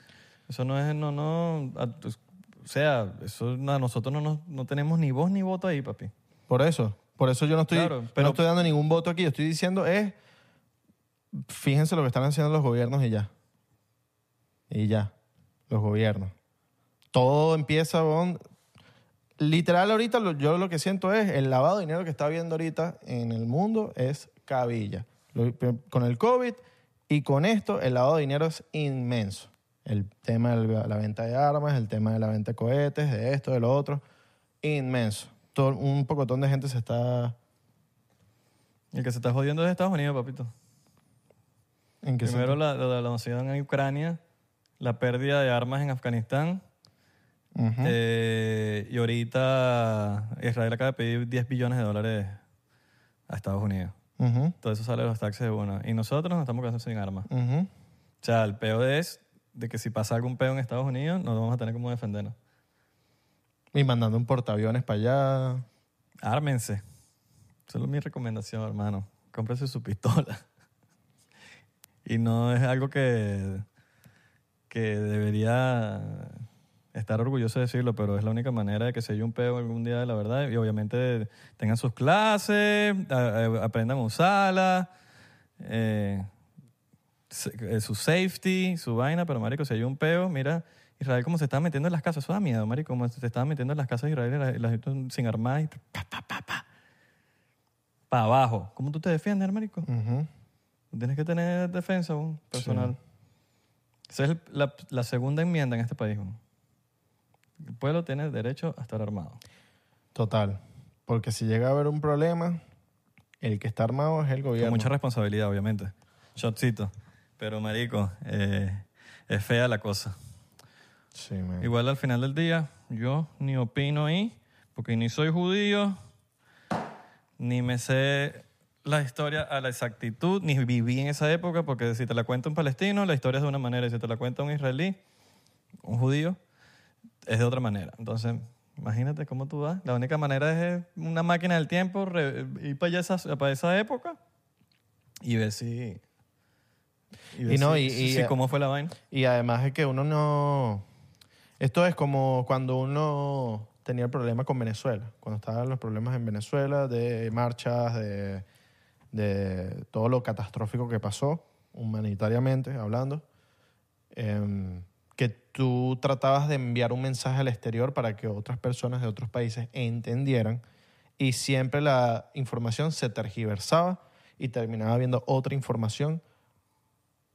[SPEAKER 2] Eso no es, no, no. a- pues, o sea, eso, no, nosotros no, nos- no tenemos ni voz ni voto ahí, papi.
[SPEAKER 3] Por eso. Por eso yo no estoy,
[SPEAKER 2] Claro,
[SPEAKER 3] no
[SPEAKER 2] pero-
[SPEAKER 3] estoy dando ningún voto aquí. Yo estoy diciendo es, fíjense lo que están haciendo los gobiernos y ya. Y ya. Los gobiernos. Todo empieza con... Literal ahorita lo- yo lo que siento es el lavado de dinero que está habiendo ahorita en el mundo es cabilla. Lo- con el COVID y con esto el lavado de dinero es inmenso. El tema de la la venta de armas, el tema de la venta de cohetes, de esto, de lo otro inmenso. Todo, un pocotón de gente se está...
[SPEAKER 2] El que se está jodiendo es Estados Unidos, papito.
[SPEAKER 3] ¿En qué
[SPEAKER 2] Primero
[SPEAKER 3] sentido?
[SPEAKER 2] la, la, la invasión en Ucrania, la pérdida de armas en Afganistán.
[SPEAKER 3] Ujú.
[SPEAKER 2] eh, y ahorita Israel acaba de pedir 10 billones de dólares a Estados Unidos.
[SPEAKER 3] Ujú,
[SPEAKER 2] Todo eso sale de los taxes de uno. Y nosotros nos estamos quedando sin armas.
[SPEAKER 3] ujú.
[SPEAKER 2] O sea, el peo es de que si pasa algún peo en Estados Unidos, nos vamos a tener como defendernos.
[SPEAKER 3] Y mandando un portaaviones para allá.
[SPEAKER 2] Ármense. Solo mi recomendación, hermano. Cómprese su pistola. Y no es algo que, que debería estar orgulloso de decirlo, pero es la única manera de que se haya un peo algún día de la verdad. Y obviamente tengan sus clases, a- a- aprendan a usarla, eh, se- eh, su safety, su vaina, pero marico, si hay un peo, mira, Israel como se estaba metiendo en las casas, eso da miedo, marico, como se estaba metiendo en las casas de Israel y la, y la gente sin armar y pa, pa, pa, pa, pa, pa abajo. ¿Cómo tú te defiendes, marico?
[SPEAKER 3] Ujú.
[SPEAKER 2] Tienes que tener defensa weón, personal. Esa es el- la, la segunda enmienda en este país. weón. El pueblo tiene derecho a estar armado.
[SPEAKER 3] Total. Porque si llega a haber un problema, el que está armado es el
[SPEAKER 2] Con
[SPEAKER 3] gobierno.
[SPEAKER 2] mucha responsabilidad, obviamente. Shotcito. Pero, marico, eh, es fea la cosa.
[SPEAKER 3] Sí, man.
[SPEAKER 2] Igual al final del día, yo ni opino ahí, porque ni soy judío, ni me sé la historia a la exactitud, ni viví en esa época, porque si te la cuenta un palestino, la historia es de una manera, y si te la cuenta un israelí, un judío, es de otra manera. Entonces, imagínate cómo tú vas. La única manera es eh, una máquina del tiempo, re- ir para, allá esa, para esa época y ver si... ver
[SPEAKER 3] Y no,
[SPEAKER 2] si-
[SPEAKER 3] y-
[SPEAKER 2] si-
[SPEAKER 3] y- eh,
[SPEAKER 2] si cómo fue la vaina.
[SPEAKER 3] Y además es que uno no... Esto es como cuando uno tenía el problema con Venezuela, cuando estaban los problemas en Venezuela de marchas, de, de todo lo catastrófico que pasó, humanitariamente hablando, em, que tú tratabas de enviar un mensaje al exterior para que otras personas de otros países entendieran y siempre la información se tergiversaba y terminaba viendo otra información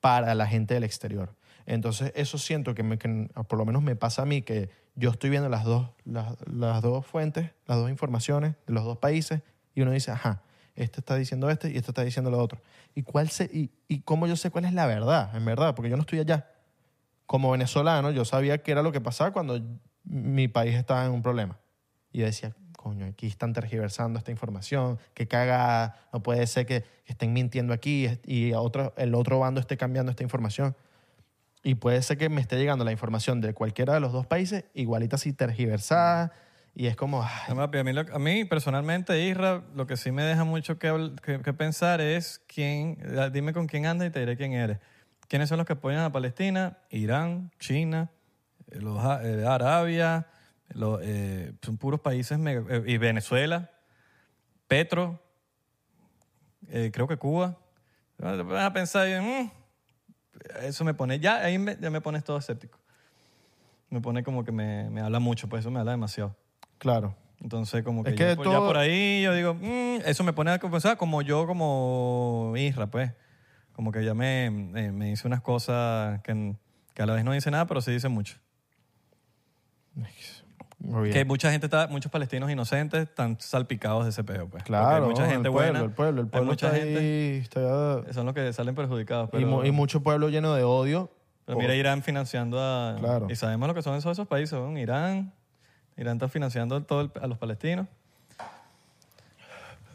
[SPEAKER 3] para la gente del exterior. Entonces, eso siento que, me- que por lo menos me pasa a mí, que yo estoy viendo las dos, las, las dos fuentes, las dos informaciones de los dos países, y uno dice, ajá, este está diciendo este y este está diciendo lo otro. ¿Y, cuál se, y, y cómo yo sé cuál es la verdad, en verdad? Porque yo no estoy allá. Como venezolano, yo sabía qué era lo que pasaba cuando mi país estaba en un problema. Y yo decía, coño, aquí están tergiversando esta información, que caga, no puede ser que estén mintiendo aquí y a otro, el otro bando esté cambiando esta información. Y puede ser que me esté llegando la información de cualquiera de los dos países, igualita así tergiversada, y es como, "Ah, ay,
[SPEAKER 2] No, papi, a, mí lo- a mí, personalmente, Isra, lo que sí me deja mucho que, habl- que- que pensar es quién, eh, dime con quién andas y te diré quién eres. ¿Quiénes son los que apoyan a Palestina? Irán, China, eh, los, a- eh, Arabia, los, eh, son puros países, mega- eh, y Venezuela, Petro, eh, creo que Cuba. Ah, te pones a pensar, y, mm, eso me pone, ya ahí me, ya me pones todo escéptico. Me pone como que me, me habla mucho, pues eso me habla demasiado.
[SPEAKER 3] claro,
[SPEAKER 2] Entonces, como que,
[SPEAKER 3] Es que
[SPEAKER 2] yo, pues, ya
[SPEAKER 3] todo-
[SPEAKER 2] por ahí yo digo, "Mm", eso me pone a pensar como yo, como Isra, pues. Como que ya me, me, me dice unas cosas que, n- que a la vez no dice nada, pero sí dice mucho.
[SPEAKER 3] muy bien.
[SPEAKER 2] Que mucha gente está, muchos palestinos inocentes están salpicados de ese peo, pues. Porque
[SPEAKER 3] claro,
[SPEAKER 2] hay mucha
[SPEAKER 3] ¿no?
[SPEAKER 2] gente
[SPEAKER 3] el pueblo,
[SPEAKER 2] buena.
[SPEAKER 3] el pueblo, el
[SPEAKER 2] hay
[SPEAKER 3] pueblo
[SPEAKER 2] mucha
[SPEAKER 3] está
[SPEAKER 2] gente.
[SPEAKER 3] ahí, está-
[SPEAKER 2] Son los que salen perjudicados.
[SPEAKER 3] y,
[SPEAKER 2] Pero,
[SPEAKER 3] mu- y mucho pueblo lleno de odio.
[SPEAKER 2] pero mira, Irán financiando a.
[SPEAKER 3] Claro.
[SPEAKER 2] Y sabemos lo que son esos, esos países, ¿no? Irán. Irán está financiando todo el- a los palestinos.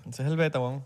[SPEAKER 2] Ese es el beta, weón.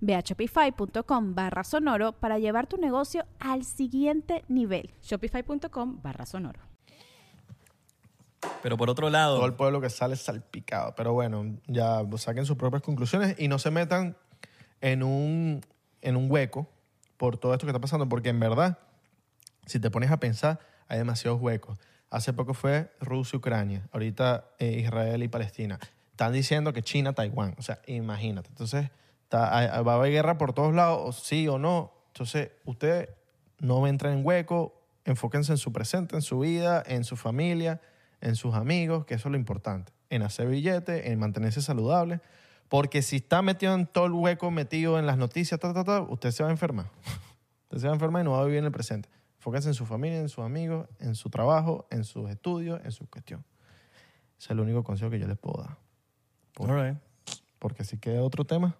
[SPEAKER 4] Ve a shopify.com barra sonoro para llevar tu negocio al siguiente nivel.
[SPEAKER 5] Shopify.com barra sonoro.
[SPEAKER 2] Pero por otro
[SPEAKER 3] Todo el
[SPEAKER 2] lado,
[SPEAKER 3] pueblo que sale salpicado. Pero bueno, ya saquen sus propias conclusiones y no se metan en un, en un hueco por todo esto que está pasando, porque en verdad, si te pones a pensar, hay demasiados huecos. Hace poco fue Rusia, Ucrania, ahorita eh, Israel y Palestina. Están diciendo que China, Taiwán. O sea, imagínate. Entonces, está- hay- hay- va a haber guerra por todos lados, o sí o no. Entonces, ustedes no entren en hueco, enfóquense en su presente, en su vida, en su familia, en sus amigos, que eso es lo importante. En hacer billetes, en mantenerse saludable. Porque si está metido en todo el hueco, metido en las noticias, ta, ta, ta, usted se va a enfermar. Usted se va a enfermar y no va a vivir en el presente. Enfóquense en su familia, en sus amigos, en su trabajo, en sus estudios, en su cuestión. Ese es el único consejo que yo les puedo dar.
[SPEAKER 2] All right.
[SPEAKER 3] Porque si queda otro tema,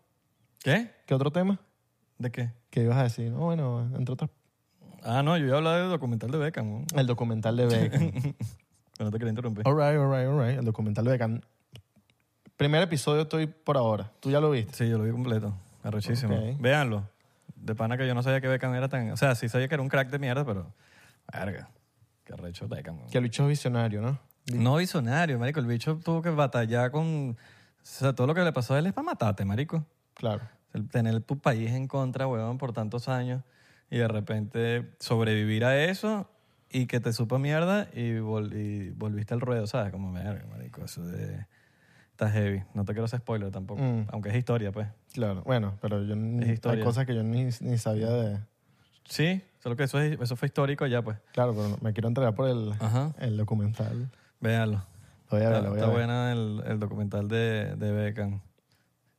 [SPEAKER 2] ¿qué?
[SPEAKER 3] ¿qué otro tema?
[SPEAKER 2] ¿De qué?
[SPEAKER 3] Que ibas a decir, no, bueno, entre otras,
[SPEAKER 2] Ah, no, yo iba a hablar del documental de Beckham. ¿no?
[SPEAKER 3] el documental de Beckham.
[SPEAKER 2] Pero no te quería interrumpir.
[SPEAKER 3] all right, all right, all right. El documental de Beckham. Primer episodio estoy por ahora. Tú ya lo viste.
[SPEAKER 2] Sí, yo lo vi completo. Arrechísimo.
[SPEAKER 3] Ok.
[SPEAKER 2] Véanlo. De pana que yo no sabía que Beckham era tan... O sea, sí sabía que era un crack de mierda, pero... Verga. Qué arrecho Beckham. ¿no?
[SPEAKER 3] Que el bicho es visionario, ¿no?
[SPEAKER 2] No visionario, marico. El bicho tuvo que batallar con... O sea, todo lo que le pasó a él es para matarte, marico.
[SPEAKER 3] Claro.
[SPEAKER 2] El tener tu país en contra, weón, por tantos años. Y de repente sobrevivir a eso y que te supa mierda y, vol- y volviste al ruedo, ¿sabes? Como, verga, marico, eso de... Está heavy. No te quiero hacer spoiler tampoco.
[SPEAKER 3] Mm.
[SPEAKER 2] Aunque es historia, pues.
[SPEAKER 3] Claro. Bueno, pero yo ni-
[SPEAKER 2] Es historia.
[SPEAKER 3] hay cosas que yo ni, ni sabía de.
[SPEAKER 2] Sí, solo que eso, es- eso fue histórico ya, pues.
[SPEAKER 3] Claro, pero me quiero entregar por el,
[SPEAKER 2] Ajá.
[SPEAKER 3] el documental.
[SPEAKER 2] Véanlo.
[SPEAKER 3] Lo voy a
[SPEAKER 2] Ah. Está,
[SPEAKER 3] ver, lo voy a
[SPEAKER 2] está
[SPEAKER 3] ver.
[SPEAKER 2] buena el, el documental de, de Beckham.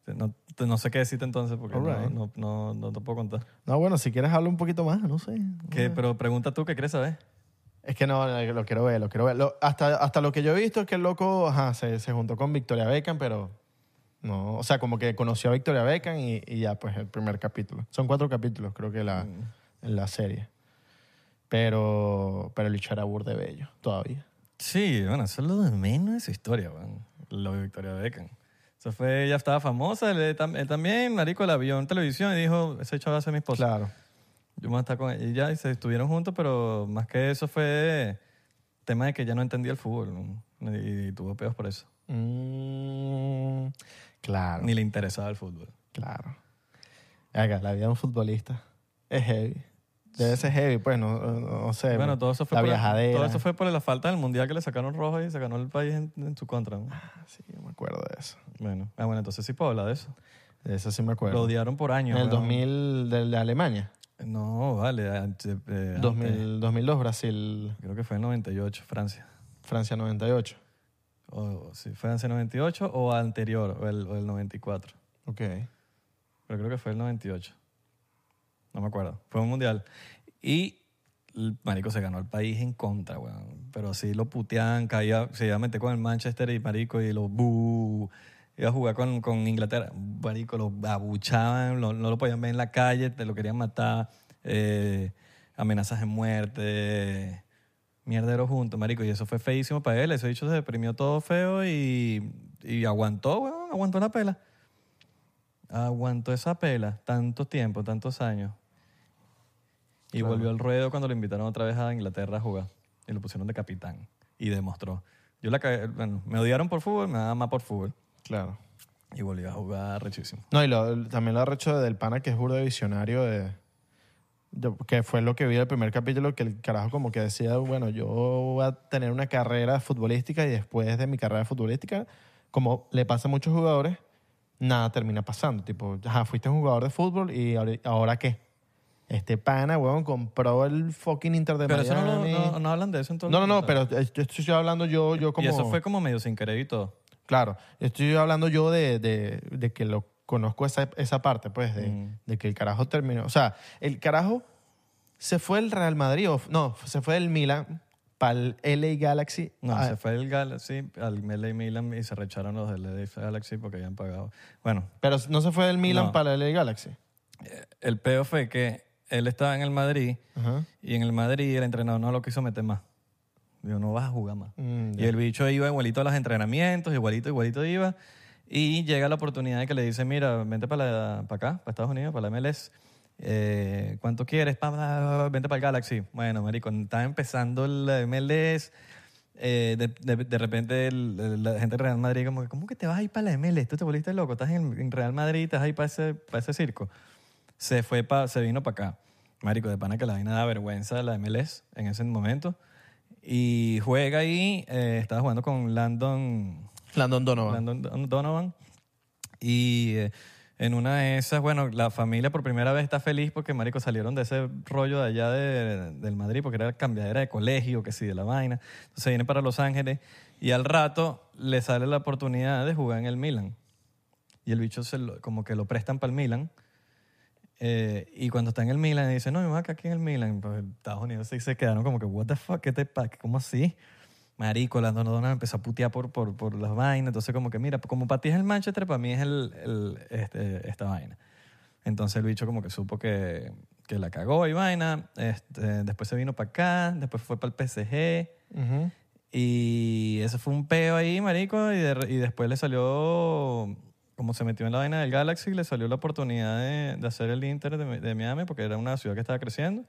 [SPEAKER 2] No, te- no sé qué decirte entonces porque no,
[SPEAKER 3] Alright.
[SPEAKER 2] no, no, no te puedo contar.
[SPEAKER 3] No, bueno, si quieres hablo un poquito más, no sé.
[SPEAKER 2] ¿Qué? Pero pregunta tú qué crees saber.
[SPEAKER 3] Es que no, eh, lo quiero ver, lo quiero ver. Lo- hasta, hasta lo que yo he visto es que el loco ajá, se, se juntó con Victoria Beckham, pero no. O sea, como que conoció a Victoria Beckham y, y ya, pues el primer capítulo. Son cuatro capítulos, creo que la,
[SPEAKER 2] Mm.
[SPEAKER 3] la serie. Pero, pero el bicho era burde bello, todavía.
[SPEAKER 2] Sí, bueno, eso es lo de menos de su historia, weón. Lo de Victoria Beckham. Eso fue, ella estaba famosa, él, tam- él también, Marico la vio en televisión y dijo, ese chaval va a ser mi esposa.
[SPEAKER 3] Claro.
[SPEAKER 2] Yo me voy a estar con ella y se estuvieron juntos, pero más que eso fue tema de que ella no entendía el fútbol ¿no? y, y tuvo peos por eso.
[SPEAKER 3] Mm, claro,
[SPEAKER 2] Ni le interesaba el fútbol.
[SPEAKER 3] claro. Venga, la vida de un futbolista es heavy. Debe ser heavy, pues, no, no- no sé.
[SPEAKER 2] Bueno, todo eso fue,
[SPEAKER 3] la
[SPEAKER 2] por,
[SPEAKER 3] viajadera.
[SPEAKER 2] todo eso fue por la falta del mundial que le sacaron rojo y se ganó el país en, en su contra. ¿no?
[SPEAKER 3] Sí, yo me acuerdo de eso.
[SPEAKER 2] Bueno, ah, bueno, entonces sí puedo hablar de eso.
[SPEAKER 3] De eso sí me acuerdo.
[SPEAKER 2] Lo odiaron por
[SPEAKER 3] En
[SPEAKER 2] años.
[SPEAKER 3] el
[SPEAKER 2] weón.
[SPEAKER 3] 2000 de, de Alemania.
[SPEAKER 2] No, vale. antes, eh,
[SPEAKER 3] 2000, 2002, Brasil,
[SPEAKER 2] antes. Creo que fue en 98, Francia.
[SPEAKER 3] Francia 98.
[SPEAKER 2] O, o sí, Francia 98 o anterior, o el, o el 94.
[SPEAKER 3] Ok.
[SPEAKER 2] Pero creo que fue el 98. No me acuerdo. Fue un mundial. Y el marico se ganó el país en contra, weón. Pero así lo puteaban, caía, se iba a meter con el Manchester y marico y los bu Iba a jugar con, con Inglaterra. Marico, lo abuchaban, lo- no lo podían ver en la calle, te lo querían matar. eh, amenazas de muerte. Mierderos juntos, marico. Y eso fue feísimo para él. Ese dicho se deprimió todo feo y, y aguantó, weón. Aguantó la pela aguantó esa pela tanto tiempo, tantos años. Y volvió al ruedo cuando lo invitaron otra vez a Inglaterra a jugar. Y lo pusieron de capitán. Y demostró. Yo la cagué- bueno, me odiaron por fútbol, me daban más por fútbol.
[SPEAKER 3] Claro.
[SPEAKER 2] Y volvió a jugar rechísimo.
[SPEAKER 3] No, y lo- también lo arrecho del pana que es burda de visionario de, de- que fue lo que vi del primer capítulo que el carajo como que decía, bueno, yo voy a tener una carrera futbolística y después de mi carrera futbolística, como le pasa a muchos jugadores, nada termina pasando. Tipo, ajá, fuiste un jugador de fútbol y ahora, ¿ahora qué? Este pana, weón, compró el fucking Inter de
[SPEAKER 2] Pero eso no, lo-
[SPEAKER 3] Miami.
[SPEAKER 2] no, no hablan de eso en todo el
[SPEAKER 3] No, no, no,
[SPEAKER 2] documental.
[SPEAKER 3] pero eh, yo estoy hablando yo, yo como...
[SPEAKER 2] Y eso fue como medio sin querer y todo.
[SPEAKER 3] Claro, estoy hablando yo de, de- de que lo conozco esa, esa parte, pues, de,
[SPEAKER 2] Mm.
[SPEAKER 3] de que el carajo terminó. O sea, el carajo se fue el Real Madrid, o, no, se fue el Milan para el LA Galaxy.
[SPEAKER 2] No,
[SPEAKER 3] Ah,
[SPEAKER 2] se fue el Galaxy al LA Milan y se recharon los del LA Galaxy porque habían pagado. Bueno,
[SPEAKER 3] Pero no se fue del Milan
[SPEAKER 2] No.
[SPEAKER 3] para el LA Galaxy.
[SPEAKER 2] el peo fue que él estaba en el Madrid
[SPEAKER 3] Ajá.
[SPEAKER 2] y en el Madrid el entrenador no lo quiso meter más. Dijo, no vas a jugar más.
[SPEAKER 3] Mm,
[SPEAKER 2] Y el bicho iba igualito a los entrenamientos, igualito, igualito iba. Y llega la oportunidad de que le dice, mira, vente para, la- para acá, para Estados Unidos, para la MLS. Eh, ¿Cuánto quieres? Pa, bla, bla, bla, vente para el Galaxy. Bueno, marico, estaba empezando la MLS. Eh, de, de- de repente el- el- la gente de Real Madrid como que, ¿cómo que te vas a ir para la MLS? Tú te volviste loco, estás en, en Real Madrid, te vas a ir para ese, para ese circo. Se fue pa- se vino para acá. Marico, de pana que la vaina da vergüenza la MLS en ese momento. Y juega ahí, eh, estaba jugando con Landon,
[SPEAKER 3] Landon Donovan.
[SPEAKER 2] Landon Don- Donovan. Y eh, en una de esas, bueno, la familia por primera vez está feliz porque, marico, salieron de ese rollo de allá de- del Madrid, porque era cambiadera de colegio, que sí, de la vaina. Entonces viene para Los Ángeles y al rato le sale la oportunidad de jugar en el Milan. Y el bicho se lo- como que lo prestan para el Milan. Eh, y cuando está en el Milan, dice, no, mi mamá, que aquí en el Milan. Pues Estados Unidos sí se quedaron como que, what the fuck, ¿qué te pasa? ¿Cómo así? Marico, la Donovan empezó a putear por, por, por las vainas. Entonces, como que, mira, como para ti es el Manchester, para mí es el, el- este, esta vaina. Entonces el bicho como que supo que, que la cagó y vaina. Este, después se vino para acá, después fue para el PSG.
[SPEAKER 3] Ujú.
[SPEAKER 2] Y ese fue un peo ahí, marico. Y, de- y después le salió, como se metió en la vaina del Galaxy, le salió la oportunidad de, de hacer el Inter de, Mi- de Miami porque era una ciudad que estaba creciendo.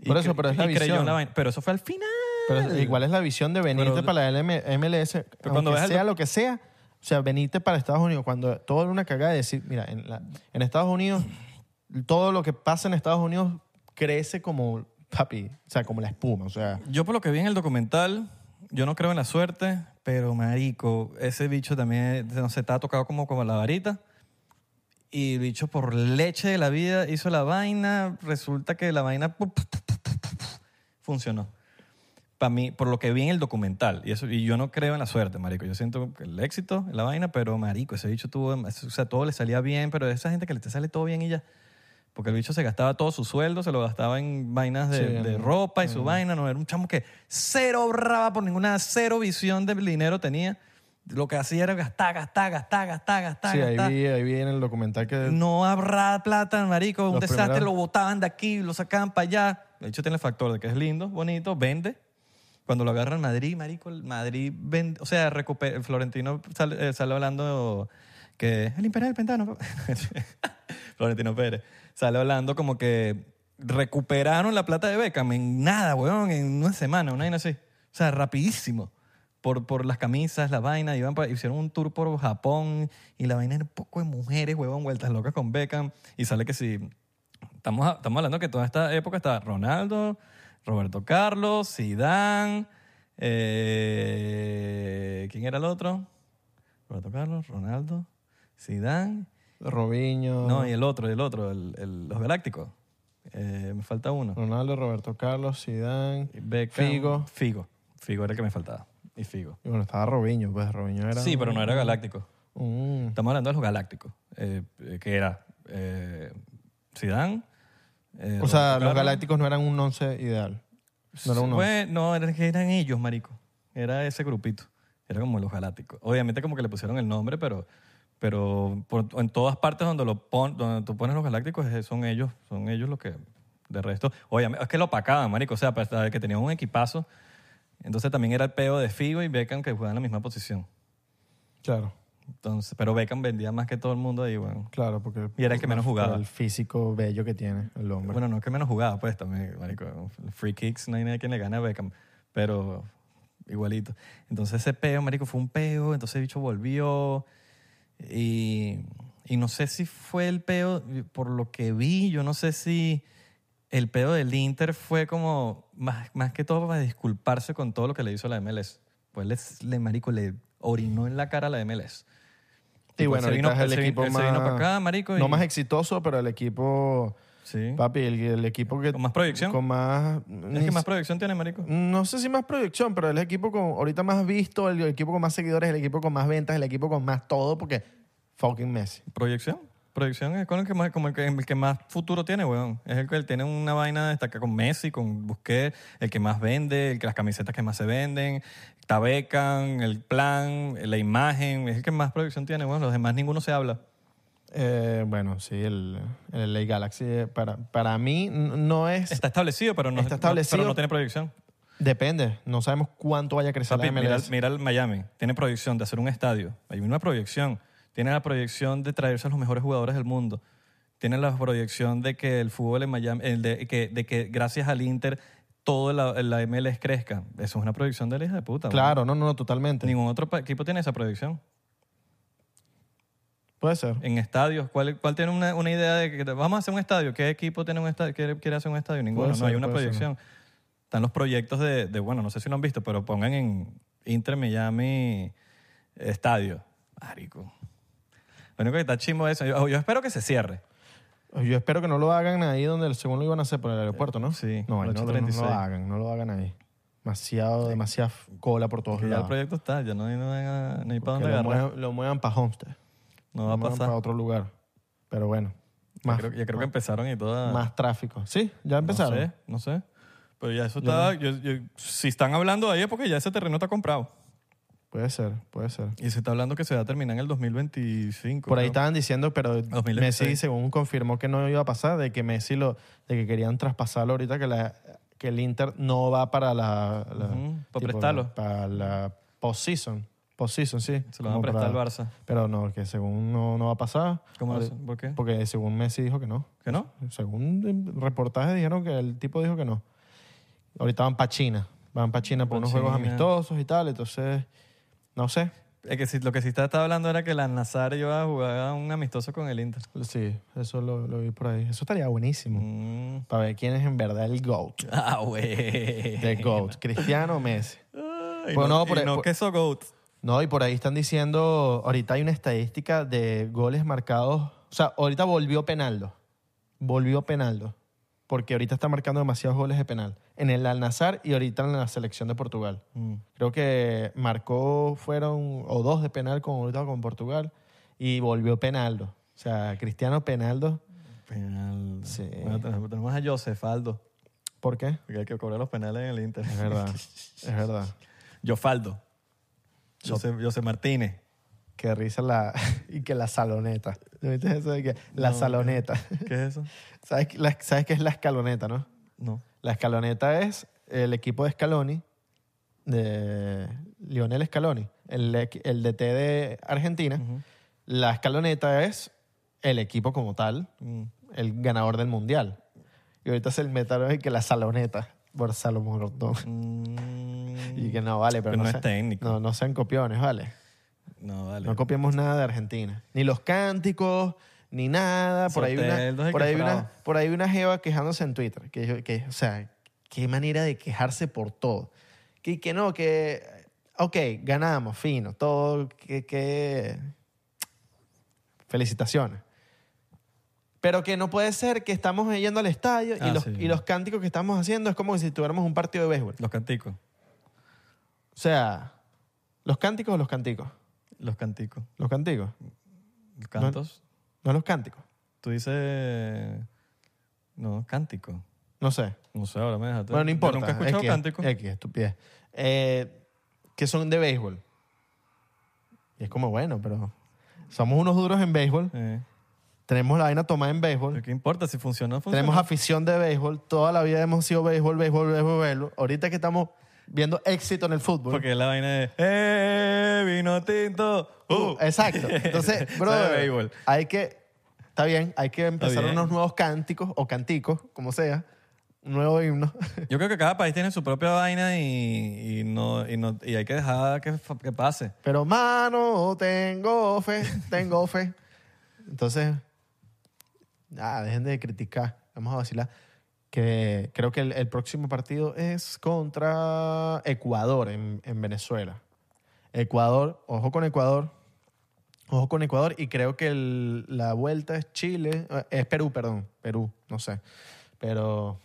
[SPEAKER 2] Y
[SPEAKER 3] Por eso,
[SPEAKER 2] cre-
[SPEAKER 3] pero es la
[SPEAKER 2] y creyó en
[SPEAKER 3] visión.
[SPEAKER 2] la vaina. Pero eso fue al final.
[SPEAKER 3] Pero igual es la visión de venirte
[SPEAKER 2] Pero-
[SPEAKER 3] para la LM MLS,
[SPEAKER 2] cuando
[SPEAKER 3] aunque
[SPEAKER 2] ves al
[SPEAKER 3] sea
[SPEAKER 2] doc-
[SPEAKER 3] lo que sea. O sea, venirte para Estados Unidos. Cuando todo era una cagada de decir, mira, en, la- en Estados Unidos, todo lo que pasa en Estados Unidos crece como, papi, o sea, como la espuma. O sea,
[SPEAKER 2] Yo por lo que vi en el documental, yo no creo en la suerte, pero marico, ese bicho también no se te ha tocado como, como la varita. Y el bicho por leche de la vida hizo la vaina, resulta que la vaina pu- pu- pu- pu- pu- pu- pu- funcionó. Para mí, por lo que vi en el documental, y, eso, y yo no creo en la suerte, marico. Yo siento que el éxito, la vaina, pero marico, ese bicho tuvo, o sea, todo le salía bien, pero esa gente que le te sale todo bien y ya. Porque el bicho se gastaba todo su sueldo, se lo gastaba en vainas de,
[SPEAKER 3] Sí,
[SPEAKER 2] de
[SPEAKER 3] en-
[SPEAKER 2] ropa y su vaina. No, era un chamo que cero ahorraba por ninguna, cero visión de dinero tenía. Lo que hacía era gastar, gastar, gastar, gastar, gastar.
[SPEAKER 3] sí, ahí
[SPEAKER 2] gastar.
[SPEAKER 3] vi, ahí vi en el documental que...
[SPEAKER 2] No habrá plata, marico. Un
[SPEAKER 3] Los
[SPEAKER 2] desastre,
[SPEAKER 3] primeros-
[SPEAKER 2] lo botaban de aquí, lo sacaban para allá. De hecho, tiene el factor de que es lindo, bonito, vende. Cuando lo agarra el Madrid, marico, el Madrid vende. O sea, recupe- el Florentino sale, eh, sale hablando que el Imperio del Pentano. Florentino Pérez. Sale hablando como que recuperaron la plata de Beckham en nada, weón, en una semana, una vaina así. O sea, rapidísimo por, por las camisas, la vaina, iban pa- hicieron un tour por Japón y la vaina era un poco de mujeres, huevón, vueltas locas con Beckham y sale que si estamos, a- estamos hablando que toda esta época está Ronaldo, Roberto Carlos, Zidane, eh, ¿quién era el otro? Roberto Carlos, Ronaldo, Zidane,
[SPEAKER 3] Robinho,
[SPEAKER 2] no, y el otro, y el otro, el- el- los Galácticos. Eh, me falta uno.
[SPEAKER 3] Ronaldo, Roberto Carlos, Zidane,
[SPEAKER 2] Beckham,
[SPEAKER 3] Figo.
[SPEAKER 2] Figo. Figo era el que me faltaba. Y Figo.
[SPEAKER 3] Y bueno, estaba Robinho, pues Robinho era...
[SPEAKER 2] Sí, pero no era Galáctico.
[SPEAKER 3] Mm.
[SPEAKER 2] Estamos hablando de los galácticos, eh, eh, que era eh, Zidane. eh, Roberto
[SPEAKER 3] O sea, los
[SPEAKER 2] Carlos.
[SPEAKER 3] Galácticos no eran un once ideal. No era un once.
[SPEAKER 2] Fue- no, eran, que eran ellos, marico. Era ese grupito. Era como los galácticos. Obviamente como que le pusieron el nombre, pero, pero por- en todas partes donde, lo pon- donde tú pones los galácticos eh, son ellos, son ellos los que... De resto, obviamente, es que lo apacaban, marico. O sea, para que tenían un equipazo. Entonces también era el peo de Figo y Beckham que jugaban en la misma posición.
[SPEAKER 3] Claro,
[SPEAKER 2] Entonces, pero Beckham vendía más que todo el mundo ahí, bueno.
[SPEAKER 3] claro, porque...
[SPEAKER 2] Y era el que menos
[SPEAKER 3] por
[SPEAKER 2] jugaba.
[SPEAKER 3] El físico bello que tiene el hombre.
[SPEAKER 2] Bueno, no que menos jugaba, pues también, marico. Free kicks, no hay nadie quien le gane a Beckham, pero igualito. Entonces ese peo, marico, fue un peo, entonces el bicho volvió y, y no sé si fue el peo, por lo que vi, yo no sé si el peo del Inter fue como más, más que todo para disculparse con todo lo que le hizo la MLS. Pues le, le, marico, le orinó en la cara a la MLS.
[SPEAKER 3] Sí,
[SPEAKER 2] Tipo,
[SPEAKER 3] bueno,
[SPEAKER 2] se vino-
[SPEAKER 3] ahorita es el
[SPEAKER 2] se vi-
[SPEAKER 3] equipo
[SPEAKER 2] él se
[SPEAKER 3] más...
[SPEAKER 2] vino para acá, marico,
[SPEAKER 3] No
[SPEAKER 2] y-
[SPEAKER 3] más exitoso, pero el equipo...
[SPEAKER 2] Sí.
[SPEAKER 3] Papi, el, el equipo que...
[SPEAKER 2] ¿Con más proyección?
[SPEAKER 3] Con más... mm,
[SPEAKER 2] Es que más proyección tiene, marico.
[SPEAKER 3] No sé si más proyección, pero el equipo con ahorita más visto, el equipo con más seguidores, el equipo con más ventas, el equipo con más todo, porque fucking Messi.
[SPEAKER 2] Proyección. Proyección es con el que más, como el que, el que más futuro tiene, weón. Es el que tiene una vaina destacada con Messi, con Busquets, el que más vende, el que las camisetas que más se venden, está Beckham, el plan, la imagen. Es el que más proyección tiene, weón. Los demás ninguno se habla.
[SPEAKER 3] Eh, bueno, sí, el, el LA Galaxy eh, para, para mí n- no es...
[SPEAKER 2] Está establecido, pero no,
[SPEAKER 3] Está establecido.
[SPEAKER 2] pero no tiene proyección.
[SPEAKER 3] Depende, no sabemos cuánto vaya a crecer
[SPEAKER 2] Papi,
[SPEAKER 3] la
[SPEAKER 2] mira,
[SPEAKER 3] MLS.
[SPEAKER 2] mira el Miami. Tiene proyección de hacer un estadio. Hay una proyección. Tiene la proyección de traerse a los mejores jugadores del mundo. Tiene la proyección de que el fútbol en Miami, el de, que, de que gracias al Inter todo la, la MLS crezca. Eso es una proyección de la hija de puta. weón.
[SPEAKER 3] Claro, no, no, no, totalmente.
[SPEAKER 2] Ningún otro pa- equipo tiene esa proyección.
[SPEAKER 3] Puede ser.
[SPEAKER 2] En estadios, ¿cuál, cuál tiene una, una idea de que vamos a hacer un estadio? ¿Qué equipo tiene un estadio? ¿Quiere, quiere hacer un estadio? Ninguno, no
[SPEAKER 3] Puede ser,
[SPEAKER 2] hay una
[SPEAKER 3] puede ser.
[SPEAKER 2] proyección. Están los proyectos de, de, bueno, no sé si lo han visto, pero pongan en Inter Miami Estadio. Marico. Lo único que está chimbo es eso. Yo, yo espero que se cierre.
[SPEAKER 3] Yo espero que no lo hagan ahí donde según lo iban a hacer por el aeropuerto, ¿no?
[SPEAKER 2] Sí,
[SPEAKER 3] No,
[SPEAKER 2] por
[SPEAKER 3] ahí no, lo- no
[SPEAKER 2] 836.
[SPEAKER 3] lo hagan, no lo hagan ahí. Demasiado, demasiada f- cola por todos
[SPEAKER 2] Porque ya el
[SPEAKER 3] lados.
[SPEAKER 2] proyecto está, ya no hay, no hay- no hay para
[SPEAKER 3] Que
[SPEAKER 2] dónde
[SPEAKER 3] lo,
[SPEAKER 2] agarrar.
[SPEAKER 3] muevan, lo muevan para Homestead.
[SPEAKER 2] No va a
[SPEAKER 3] Lo muevan
[SPEAKER 2] pasar.
[SPEAKER 3] para otro lugar. Pero bueno,
[SPEAKER 2] Yo
[SPEAKER 3] más,
[SPEAKER 2] creo, yo creo que empezaron y toda.
[SPEAKER 3] más tráfico. ¿Sí? ¿Ya empezaron?
[SPEAKER 2] No sé, no sé. Pero ya eso está. yo- yo- si están hablando de ahí es porque ya ese terreno está comprado.
[SPEAKER 3] Puede ser, puede ser.
[SPEAKER 2] Y se está hablando que se va a terminar en el 2025.
[SPEAKER 3] Por ahí
[SPEAKER 2] creo.
[SPEAKER 3] estaban diciendo, pero
[SPEAKER 2] 2026.
[SPEAKER 3] Messi, según confirmó que no iba a pasar, de que Messi lo, de que querían traspasarlo ahorita, que, la, que el Inter no va para la, la-
[SPEAKER 2] Ujú, para
[SPEAKER 3] tipo,
[SPEAKER 2] prestarlo.
[SPEAKER 3] para la postseason, postseason sí.
[SPEAKER 2] Se lo van a
[SPEAKER 3] como
[SPEAKER 2] prestar al
[SPEAKER 3] para-
[SPEAKER 2] Barça.
[SPEAKER 3] Pero no, que según no, no va a pasar.
[SPEAKER 2] ¿Cómo
[SPEAKER 3] Ahorita-
[SPEAKER 2] eso? ¿Por qué?
[SPEAKER 3] Porque según Messi dijo que no.
[SPEAKER 2] ¿Que no?
[SPEAKER 3] Según reportajes dijeron que el tipo dijo que no. Ahorita van para China, van para China por
[SPEAKER 2] Pa'
[SPEAKER 3] unos juegos
[SPEAKER 2] China.
[SPEAKER 3] amistosos y tal, entonces no sé.
[SPEAKER 2] Es que si- lo que sí está, estaba hablando era que la Nazar iba a jugar a un amistoso con el Inter.
[SPEAKER 3] Sí, eso lo, lo vi por ahí. Eso estaría buenísimo.
[SPEAKER 2] Mm.
[SPEAKER 3] Para ver quién es en verdad el GOAT.
[SPEAKER 2] Ah, güey.
[SPEAKER 3] The GOAT. Cristiano o Messi.
[SPEAKER 2] Ay,
[SPEAKER 3] Pues
[SPEAKER 2] no,
[SPEAKER 3] no, por-
[SPEAKER 2] y no
[SPEAKER 3] por-
[SPEAKER 2] que eso GOAT.
[SPEAKER 3] No, y por ahí están diciendo, ahorita hay una estadística de goles marcados. O sea, ahorita volvió Penaldo. Volvió Penaldo. Porque ahorita está marcando demasiados goles de penal. En el Al-Nazar y ahorita en la selección de Portugal.
[SPEAKER 2] Mm.
[SPEAKER 3] Creo que marcó, fueron o dos de penal con, ahorita con Portugal. Y volvió Penaldo. O sea, Cristiano Penaldo.
[SPEAKER 2] Penal.
[SPEAKER 3] Sí.
[SPEAKER 2] Bueno, tenemos tenemos a Josef Aldo,
[SPEAKER 3] ¿Por qué?
[SPEAKER 2] que hay que cobrar los penales en el Inter.
[SPEAKER 3] Es verdad. es verdad.
[SPEAKER 2] Jofaldo. Josef, Josef Martínez.
[SPEAKER 3] Qué risa la. Y que la saloneta. ¿No viste eso de que la
[SPEAKER 2] No,
[SPEAKER 3] saloneta?
[SPEAKER 2] ¿Qué es eso?
[SPEAKER 3] ¿Sabes, qué- la- ¿Sabes qué es la escaloneta, no?
[SPEAKER 2] No.
[SPEAKER 3] La escaloneta es el equipo de Scaloni, de Lionel Scaloni, el, equ- el DT de Argentina. La escaloneta es el equipo como tal,
[SPEAKER 2] Mm.
[SPEAKER 3] el ganador del mundial. Y ahorita se inventaron el que la saloneta por Salomón Rondón.
[SPEAKER 2] Mm.
[SPEAKER 3] Y que no vale, pero,
[SPEAKER 2] Pero no es
[SPEAKER 3] sean-
[SPEAKER 2] técnico.
[SPEAKER 3] No, no sean copiones, vale.
[SPEAKER 2] No, vale.
[SPEAKER 3] No copiamos nada de Argentina. Ni los cánticos, ni nada. Por ahí,
[SPEAKER 2] Soteldo
[SPEAKER 3] una,
[SPEAKER 2] se
[SPEAKER 3] por, ahí
[SPEAKER 2] quejaba.
[SPEAKER 3] una, por ahí una jeva quejándose en Twitter. Que, yo- que, o sea, qué manera de quejarse por todo. Que, que no, que... Ok, ganamos, fino, todo, que... que felicitaciones. Pero que no puede ser que estamos yendo al estadio
[SPEAKER 2] Ah,
[SPEAKER 3] y, los,
[SPEAKER 2] sí.
[SPEAKER 3] y los cánticos que estamos haciendo es como si tuviéramos un partido de béisbol.
[SPEAKER 2] Los canticos.
[SPEAKER 3] O sea, ¿los cánticos o los canticos?
[SPEAKER 2] Los canticos.
[SPEAKER 3] Los canticos,
[SPEAKER 2] Los cantos.
[SPEAKER 3] no los cánticos.
[SPEAKER 2] Tú dices. No, cántico.
[SPEAKER 3] No sé.
[SPEAKER 2] No sé, ahora me dejaste.
[SPEAKER 3] Bueno, no
[SPEAKER 2] Yo
[SPEAKER 3] importa.
[SPEAKER 2] nunca he escuchado
[SPEAKER 3] X,
[SPEAKER 2] cántico.
[SPEAKER 3] X, estupidez. Eh, que son de béisbol. Y es como, bueno, pero somos unos duros en béisbol.
[SPEAKER 2] Eh,
[SPEAKER 3] Tenemos la vaina tomada en béisbol.
[SPEAKER 2] pero ¿Qué importa? Si funcionó, funcionó.
[SPEAKER 3] Tenemos afición de béisbol. Toda la vida hemos sido béisbol, béisbol, béisbol, béisbol. Ahorita que estamos viendo éxito en el fútbol.
[SPEAKER 2] Porque la vaina de. ¡Eh! Vino tinto. ¡Uh!
[SPEAKER 3] Exacto. Entonces, bro,
[SPEAKER 2] Sabe béisbol.
[SPEAKER 3] hay que, está bien, hay que empezar
[SPEAKER 2] bien.
[SPEAKER 3] unos nuevos cánticos o canticos, como sea, un nuevo himno.
[SPEAKER 2] Yo creo que cada país tiene su propia vaina y, y no, y, no, y hay que dejar que, fa- que pase.
[SPEAKER 3] Pero mano, tengo fe, tengo fe. Entonces, nada, dejen de criticar. Vamos a vacilar. Que creo que el, el próximo partido es contra Ecuador en, en Venezuela. Ecuador, ojo con Ecuador. Ojo con Ecuador y creo que el- la vuelta es Chile, eh, es Perú, perdón, Perú, no sé. Pero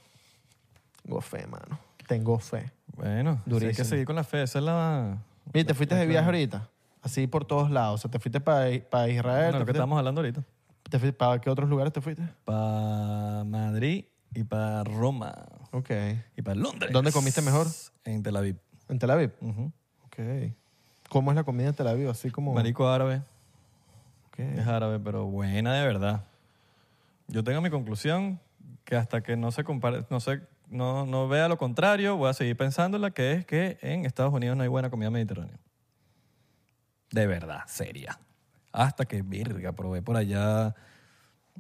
[SPEAKER 3] tengo fe, mano. Tengo fe.
[SPEAKER 2] Bueno, sí, hay que
[SPEAKER 3] Durísimo.
[SPEAKER 2] seguir con la fe. Esa es la.
[SPEAKER 3] Mira, te fuiste de viaje ahorita, así por todos lados. O sea, te fuiste para Israel,
[SPEAKER 2] no,
[SPEAKER 3] te
[SPEAKER 2] lo que
[SPEAKER 3] fuiste-
[SPEAKER 2] estamos hablando ahorita.
[SPEAKER 3] te fuiste- ¿para qué otros lugares te fuiste?
[SPEAKER 2] Para Madrid y para Roma
[SPEAKER 3] Ok.
[SPEAKER 2] y para Londres.
[SPEAKER 3] ¿Dónde comiste mejor?
[SPEAKER 2] En Tel Aviv.
[SPEAKER 3] ¿En Tel Aviv?
[SPEAKER 2] Ujú.
[SPEAKER 3] Ok. ¿Cómo es la comida en Tel Aviv? Así como...
[SPEAKER 2] Marico árabe.
[SPEAKER 3] Ok.
[SPEAKER 2] Es árabe, pero buena de verdad. Yo tengo mi conclusión que hasta que no se compare, no se, no, no vea lo contrario, voy a seguir pensándola, que es que en Estados Unidos no hay buena comida mediterránea. De verdad, seria. Hasta que, virga, probé por allá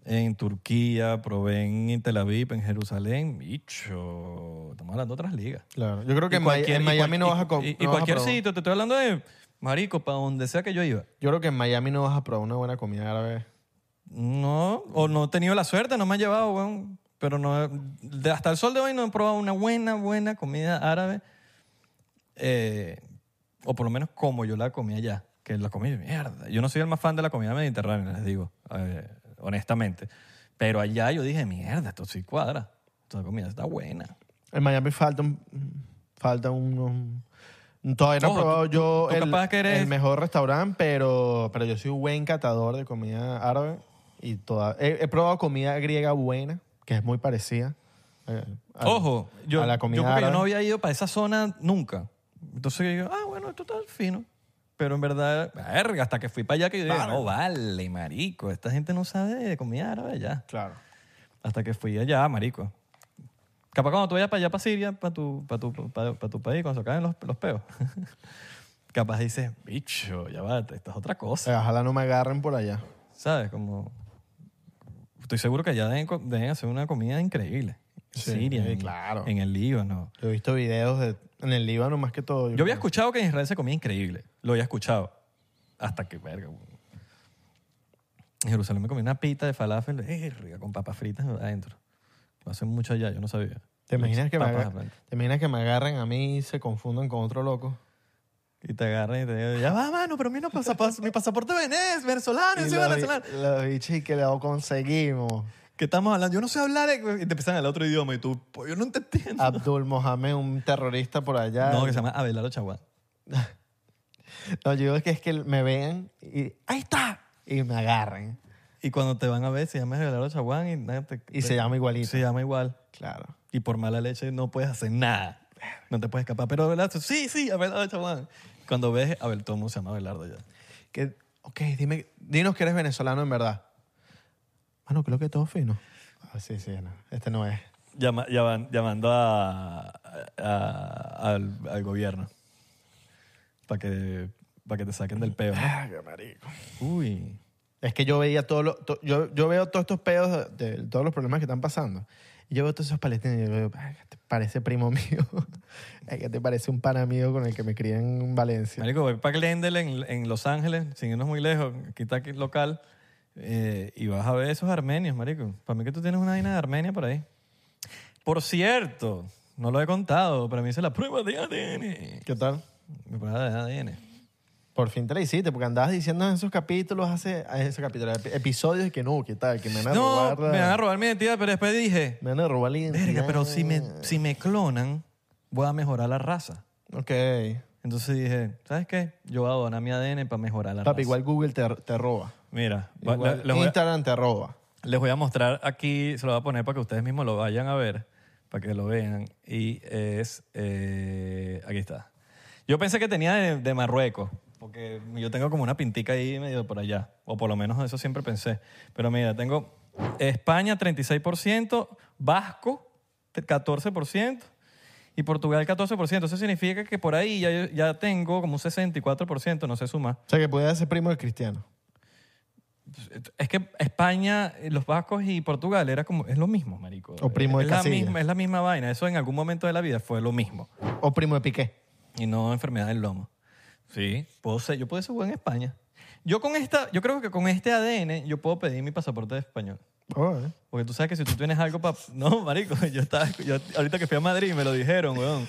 [SPEAKER 2] en Turquía, probé en Tel Aviv, en Jerusalén, bicho. Estamos hablando de otras ligas.
[SPEAKER 3] Claro. Yo creo que
[SPEAKER 2] Y
[SPEAKER 3] en, Ma-
[SPEAKER 2] cualquier-
[SPEAKER 3] en
[SPEAKER 2] y
[SPEAKER 3] Miami
[SPEAKER 2] cual-
[SPEAKER 3] no
[SPEAKER 2] y-
[SPEAKER 3] vas a com-
[SPEAKER 2] Y, y
[SPEAKER 3] no vas a
[SPEAKER 2] cualquier
[SPEAKER 3] probar.
[SPEAKER 2] sitio, te estoy hablando de, marico, para donde sea que yo iba.
[SPEAKER 3] Yo creo que en Miami no vas a probar una buena comida árabe.
[SPEAKER 2] No, o no he tenido la suerte, no me han llevado, weón. Pero no, de- hasta el sol de hoy no he probado una buena, buena comida árabe. Eh, o por lo menos como yo la comí allá. Que la comí, mierda. Yo no soy el más fan de la comida mediterránea, les digo, eh, honestamente. Pero allá yo dije, mierda, esto sí cuadra. Esta comida está buena.
[SPEAKER 3] En Miami falta un... Falta un, un- todavía no
[SPEAKER 2] Ojo,
[SPEAKER 3] he probado
[SPEAKER 2] tú-
[SPEAKER 3] yo
[SPEAKER 2] tú
[SPEAKER 3] el,
[SPEAKER 2] capaz que eres-
[SPEAKER 3] el mejor restaurante, pero, pero yo soy un buen catador de comida árabe. y toda, he, he probado comida griega buena, que es muy parecida. eh, a-
[SPEAKER 2] Ojo, yo,
[SPEAKER 3] a la
[SPEAKER 2] yo
[SPEAKER 3] comida
[SPEAKER 2] porque yo
[SPEAKER 3] árabe.
[SPEAKER 2] no había ido para esa zona nunca. Entonces yo digo, ah, bueno, esto está fino. Pero en verdad, verga, hasta que fui para allá que yo dije, no vale, marico, esta gente no sabe de comida árabe ya.
[SPEAKER 3] Claro.
[SPEAKER 2] Hasta que fui allá, marico. Capaz cuando tú vayas para allá, para Siria, para tu, para tu, para, para tu país, cuando se acaben los, los peos. Capaz dices, bicho, ya va, esta es otra cosa.
[SPEAKER 3] Eh, Ojalá no me agarren por allá.
[SPEAKER 2] ¿Sabes? Como. Estoy seguro que allá deben, co- deben hacer una comida increíble. En
[SPEAKER 3] Sí,
[SPEAKER 2] Siria,
[SPEAKER 3] sí,
[SPEAKER 2] en-
[SPEAKER 3] claro.
[SPEAKER 2] en el Líbano.
[SPEAKER 3] Yo he visto videos de, en el Líbano más que todo.
[SPEAKER 2] Yo había
[SPEAKER 3] creo.
[SPEAKER 2] escuchado que en Israel se comía increíble. Lo había escuchado. Hasta que, verga, weón. En Jerusalén me comí una pita de falafel, verga, con papas fritas adentro. Lo hacen mucho allá, yo no sabía.
[SPEAKER 3] ¿Te imaginas, que me
[SPEAKER 2] Papas
[SPEAKER 3] aga-
[SPEAKER 2] adentro.
[SPEAKER 3] ¿Te imaginas que me agarren a mí y se confundan con otro loco?
[SPEAKER 2] Y te agarran y te dicen, ya va, mano, pero mi, no pasapos- mi pasaporte venés, venezolano, yo
[SPEAKER 3] Y
[SPEAKER 2] soy
[SPEAKER 3] los
[SPEAKER 2] venezolano.
[SPEAKER 3] bi- los bichos y que lo conseguimos.
[SPEAKER 2] Que estamos hablando, yo no sé hablar, eh, y te empiezan el otro idioma y tú, "Pues, yo no te entiendo.
[SPEAKER 3] Abdul Mohamed, un terrorista por allá.
[SPEAKER 2] no, que se llama Abelardo Chaguán.
[SPEAKER 3] No, yo digo que es que me vean y ahí está. Y me agarren.
[SPEAKER 2] Y cuando te van a ver, se llama Abelardo Chaguán y, nada, te-
[SPEAKER 3] Y se llama igualito.
[SPEAKER 2] se llama igual.
[SPEAKER 3] Claro.
[SPEAKER 2] y por mala leche no puedes hacer nada. No te puedes escapar. Pero Abelardo, sí, sí, Abelardo, chaval. Cuando ves, Abel, todo el mundo se llama Abelardo ya.
[SPEAKER 3] Que, ok, dime, dinos que eres venezolano en verdad. Bueno, creo que todo fino. Ah, sí, sí, no. Este no es.
[SPEAKER 2] Llama- llaman- llamando a, a- al, al gobierno para que, para que te saquen del peo. ¿no?
[SPEAKER 3] Ah, qué marico.
[SPEAKER 2] Uy.
[SPEAKER 3] Es que yo veía todo lo- to- yo, yo veo todos estos pedos de, de todos los problemas que están pasando. Y yo veo todos esos palestinos y yo digo, "Ay, te parece primo mío. Ay, que te parece un pana mío con el que me crié en Valencia.
[SPEAKER 2] Marico, voy para Glendale en, en Los Ángeles, sin irnos muy lejos, aquí está aquí local, eh, y vas a ver esos armenios, marico. Para mí que tú tienes una vaina de Armenia por ahí. Por cierto, no lo he contado, pero me hice la prueba de ADN.
[SPEAKER 3] ¿Qué tal?
[SPEAKER 2] Mi prueba de ADN.
[SPEAKER 3] Por fin te la hiciste, porque andabas diciendo en esos capítulos, hace en esos capítulos, ep- episodios que no, que tal, que me van a
[SPEAKER 2] No,
[SPEAKER 3] robar. la-
[SPEAKER 2] me van a robar mi identidad, pero después dije,
[SPEAKER 3] me van a robar la
[SPEAKER 2] verga,
[SPEAKER 3] identidad.
[SPEAKER 2] pero si me, si me clonan, voy a mejorar la raza.
[SPEAKER 3] Ok.
[SPEAKER 2] Entonces dije, ¿sabes qué? Yo voy a donar mi ADN para mejorar la raza.
[SPEAKER 3] Papi, igual Google te, te roba.
[SPEAKER 2] Mira, va-
[SPEAKER 3] Igual
[SPEAKER 2] le- les voy, a,
[SPEAKER 3] Instagram te roba.
[SPEAKER 2] les voy a mostrar aquí, se lo voy a poner para que ustedes mismos lo vayan a ver, para que lo vean. Y es, eh, aquí está. Yo pensé que tenía de, de Marruecos, porque yo tengo como una pintica ahí medio por allá, o por lo menos eso siempre pensé. Pero mira, tengo España 36%, Vasco 14% y Portugal 14%. Eso significa que por ahí ya, ya tengo como un 64%, no sé sumar.
[SPEAKER 3] O sea, que pudiera ser primo del cristiano.
[SPEAKER 2] Es que España, eh, los vascos y Portugal era como, es lo mismo, marico.
[SPEAKER 3] O primo de
[SPEAKER 2] es la,
[SPEAKER 3] Casillas.
[SPEAKER 2] misma, es la misma vaina. Eso en algún momento de la vida fue lo mismo.
[SPEAKER 3] O primo de Piqué.
[SPEAKER 2] Y no enfermedad del lomo. Sí. Puedo ser, yo puedo ser jugar en España. Yo con esta, yo creo que con este ADN yo puedo pedir mi pasaporte de español.
[SPEAKER 3] Oh, eh.
[SPEAKER 2] Porque tú sabes que si tú tienes algo para... No, marico, yo estaba... yo- ahorita que fui a Madrid me lo dijeron, weón.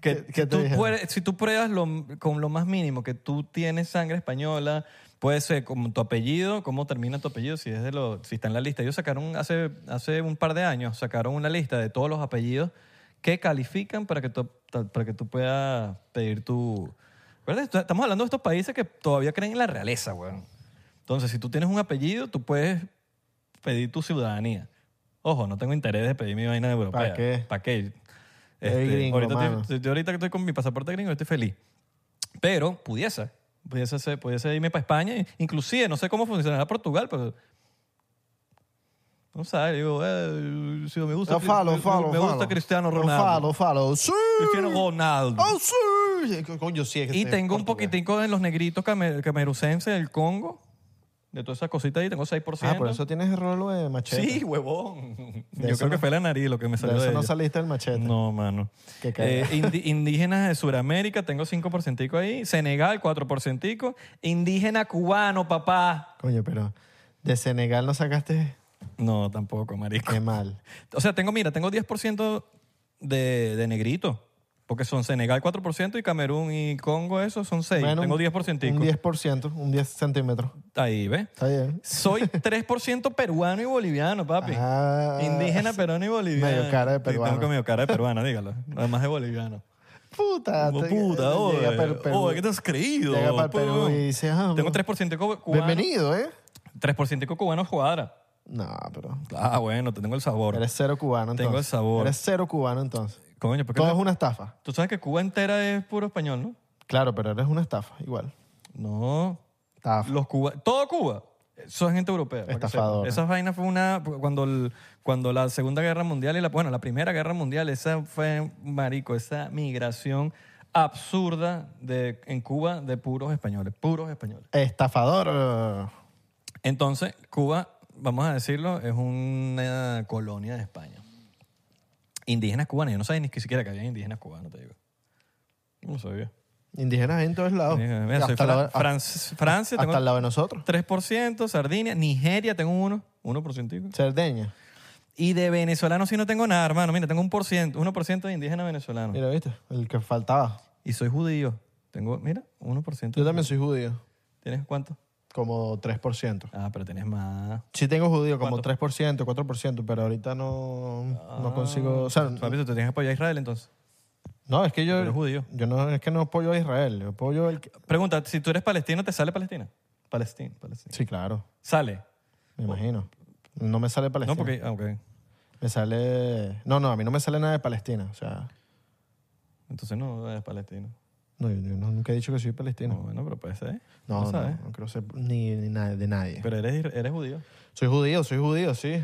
[SPEAKER 2] Que
[SPEAKER 3] ¿Qué- qué
[SPEAKER 2] si
[SPEAKER 3] te
[SPEAKER 2] tú
[SPEAKER 3] dijeron?
[SPEAKER 2] puedes- si tú pruebas lo- con lo más mínimo que tú tienes sangre española, Puede ser como tu apellido, cómo termina tu apellido, si, es de lo, si está en la lista. Ellos sacaron hace, hace un par de años, sacaron una lista de todos los apellidos que califican para que tú, para que tú puedas pedir tu... ¿Verdad? Estamos hablando de estos países que todavía creen en la realeza, weón. Entonces, si tú tienes un apellido, tú puedes pedir tu ciudadanía. Ojo, no tengo interés de pedir mi vaina de europea.
[SPEAKER 3] ¿Pa qué?
[SPEAKER 2] ¿Para qué?
[SPEAKER 3] Ey, gringo,
[SPEAKER 2] Este, ahorita estoy-
[SPEAKER 3] mano.
[SPEAKER 2] estoy- yo ahorita que estoy con mi pasaporte gringo, estoy feliz. Pero pudiese, pudiese, ser- pudiese irme para España. e- Inclusive, no sé cómo funcionará Portugal, pero... No sé, digo, eh, si me gusta,
[SPEAKER 3] Yo falo,
[SPEAKER 2] me,
[SPEAKER 3] falo,
[SPEAKER 2] me gusta
[SPEAKER 3] falo.
[SPEAKER 2] Cristiano
[SPEAKER 3] Yo
[SPEAKER 2] Ronaldo.
[SPEAKER 3] Falo, falo. Oh, Sí.
[SPEAKER 2] Cristiano Ronaldo.
[SPEAKER 3] Oh, sí. Coño, sí. es que
[SPEAKER 2] Y
[SPEAKER 3] sé
[SPEAKER 2] tengo un
[SPEAKER 3] portugués. Ah,
[SPEAKER 2] poquitico de los negritos came- camerucenses del Congo, de todas esas cositas ahí, tengo 6%.
[SPEAKER 3] Ah, por eso tienes el rolo de machete.
[SPEAKER 2] Sí, huevón.
[SPEAKER 3] De
[SPEAKER 2] Yo
[SPEAKER 3] eso
[SPEAKER 2] creo que
[SPEAKER 3] no-
[SPEAKER 2] fue la nariz lo que me
[SPEAKER 3] De
[SPEAKER 2] salió de
[SPEAKER 3] eso no
[SPEAKER 2] ella.
[SPEAKER 3] saliste del machete.
[SPEAKER 2] No, mano.
[SPEAKER 3] Qué cagada.
[SPEAKER 2] Eh, indi- indígenas de Sudamérica, tengo 5% ahí. Senegal, 4%. Indígena cubano, papá.
[SPEAKER 3] Coño, pero de Senegal no sacaste.
[SPEAKER 2] No, tampoco, marico.
[SPEAKER 3] Qué mal.
[SPEAKER 2] O sea, tengo, mira, tengo 10% de, de negrito. Porque son Senegal 4% y Camerún y Congo, eso son 6.
[SPEAKER 3] Bueno,
[SPEAKER 2] tengo
[SPEAKER 3] un-
[SPEAKER 2] 10%.
[SPEAKER 3] Un 10%, un 10 centímetros.
[SPEAKER 2] Ahí, ¿ves?
[SPEAKER 3] Está bien.
[SPEAKER 2] Soy 3% peruano y boliviano, papi.
[SPEAKER 3] Ah.
[SPEAKER 2] Indígena, peruano y boliviano.
[SPEAKER 3] Medio cara de
[SPEAKER 2] Sí,
[SPEAKER 3] peruano.
[SPEAKER 2] Tengo medio cara de peruano, dígalo. Además de boliviano.
[SPEAKER 3] Puta.
[SPEAKER 2] Como
[SPEAKER 3] te-
[SPEAKER 2] puta,
[SPEAKER 3] llega
[SPEAKER 2] oye.
[SPEAKER 3] per- Perú.
[SPEAKER 2] Oye, ¿qué te has creído?
[SPEAKER 3] Llega para el
[SPEAKER 2] Pues,
[SPEAKER 3] Perú y dice, ah,
[SPEAKER 2] Tengo 3% cu- cubano.
[SPEAKER 3] Bienvenido, ¿eh?
[SPEAKER 2] 3% cubano cuadra.
[SPEAKER 3] No, pero.
[SPEAKER 2] Ah, bueno, te tengo el sabor.
[SPEAKER 3] Eres cero cubano
[SPEAKER 2] Tengo
[SPEAKER 3] entonces.
[SPEAKER 2] el sabor.
[SPEAKER 3] Eres cero cubano entonces.
[SPEAKER 2] Coño, porque
[SPEAKER 3] Todo es una estafa.
[SPEAKER 2] tú sabes que Cuba entera es puro español, ¿no?
[SPEAKER 3] Claro, pero eres una estafa, igual.
[SPEAKER 2] No.
[SPEAKER 3] Estafa.
[SPEAKER 2] Los Cuba, todo Cuba, son gente europea. para que
[SPEAKER 3] Estafadora.
[SPEAKER 2] sepa. Esa vaina fue una cuando el- cuando la Segunda Guerra Mundial y la bueno, la Primera Guerra Mundial, esa fue marico, esa migración absurda de en Cuba de puros españoles, puros españoles.
[SPEAKER 3] Estafador. eh,
[SPEAKER 2] Entonces, Cuba, vamos a decirlo, es una colonia de España. Indígenas cubanos, yo no sabía ni que siquiera que había indígenas cubanos, te digo. No sabía.
[SPEAKER 3] Indígenas en todos lados.
[SPEAKER 2] Mira, mira,
[SPEAKER 3] Y
[SPEAKER 2] soy
[SPEAKER 3] Oh, hasta
[SPEAKER 2] Fran-
[SPEAKER 3] la- ah,
[SPEAKER 2] Fran- Francia,
[SPEAKER 3] hasta
[SPEAKER 2] tengo-
[SPEAKER 3] al lado de nosotros.
[SPEAKER 2] 3%, Sardinia, Nigeria tengo uno, 1%.
[SPEAKER 3] Cerdeña.
[SPEAKER 2] Y de venezolanos sí no tengo nada, hermano. Mira, tengo un por ciento, 1% de indígenas venezolanos.
[SPEAKER 3] Mira, ¿viste? El que faltaba.
[SPEAKER 2] Y soy judío. Tengo, mira, 1%.
[SPEAKER 3] Yo también soy judío.
[SPEAKER 2] ¿Tienes cuánto?
[SPEAKER 3] Como 3%.
[SPEAKER 2] Ah, pero tienes más.
[SPEAKER 3] Sí tengo judío, como
[SPEAKER 2] ¿Cuánto?
[SPEAKER 3] 3%, 4%, pero ahorita no, no consigo... O sea,
[SPEAKER 2] Papi, tú tienes que apoyar a Israel entonces.
[SPEAKER 3] no, es que yo...
[SPEAKER 2] eres judío.
[SPEAKER 3] Yo no, es que no apoyo a Israel, yo apoyo el... que-
[SPEAKER 2] Pregunta, si tú eres palestino, ¿te sale Palestina? Palestina, Palestina.
[SPEAKER 3] Sí, claro,
[SPEAKER 2] ¿Sale?
[SPEAKER 3] me imagino. No me sale Palestina.
[SPEAKER 2] No, Oh. porque... ah, ok.
[SPEAKER 3] Me sale... No, no, a mí no me sale nada de Palestina, o sea...
[SPEAKER 2] Entonces no eres palestino.
[SPEAKER 3] No, yo, yo no- nunca he dicho que soy
[SPEAKER 2] No,
[SPEAKER 3] palestino.
[SPEAKER 2] bueno, pero puede ser.
[SPEAKER 3] No, no, no,
[SPEAKER 2] sabes.
[SPEAKER 3] creo ser ni, ni na- de nadie.
[SPEAKER 2] Pero eres, ir- eres judío.
[SPEAKER 3] Soy judío, soy judío, sí.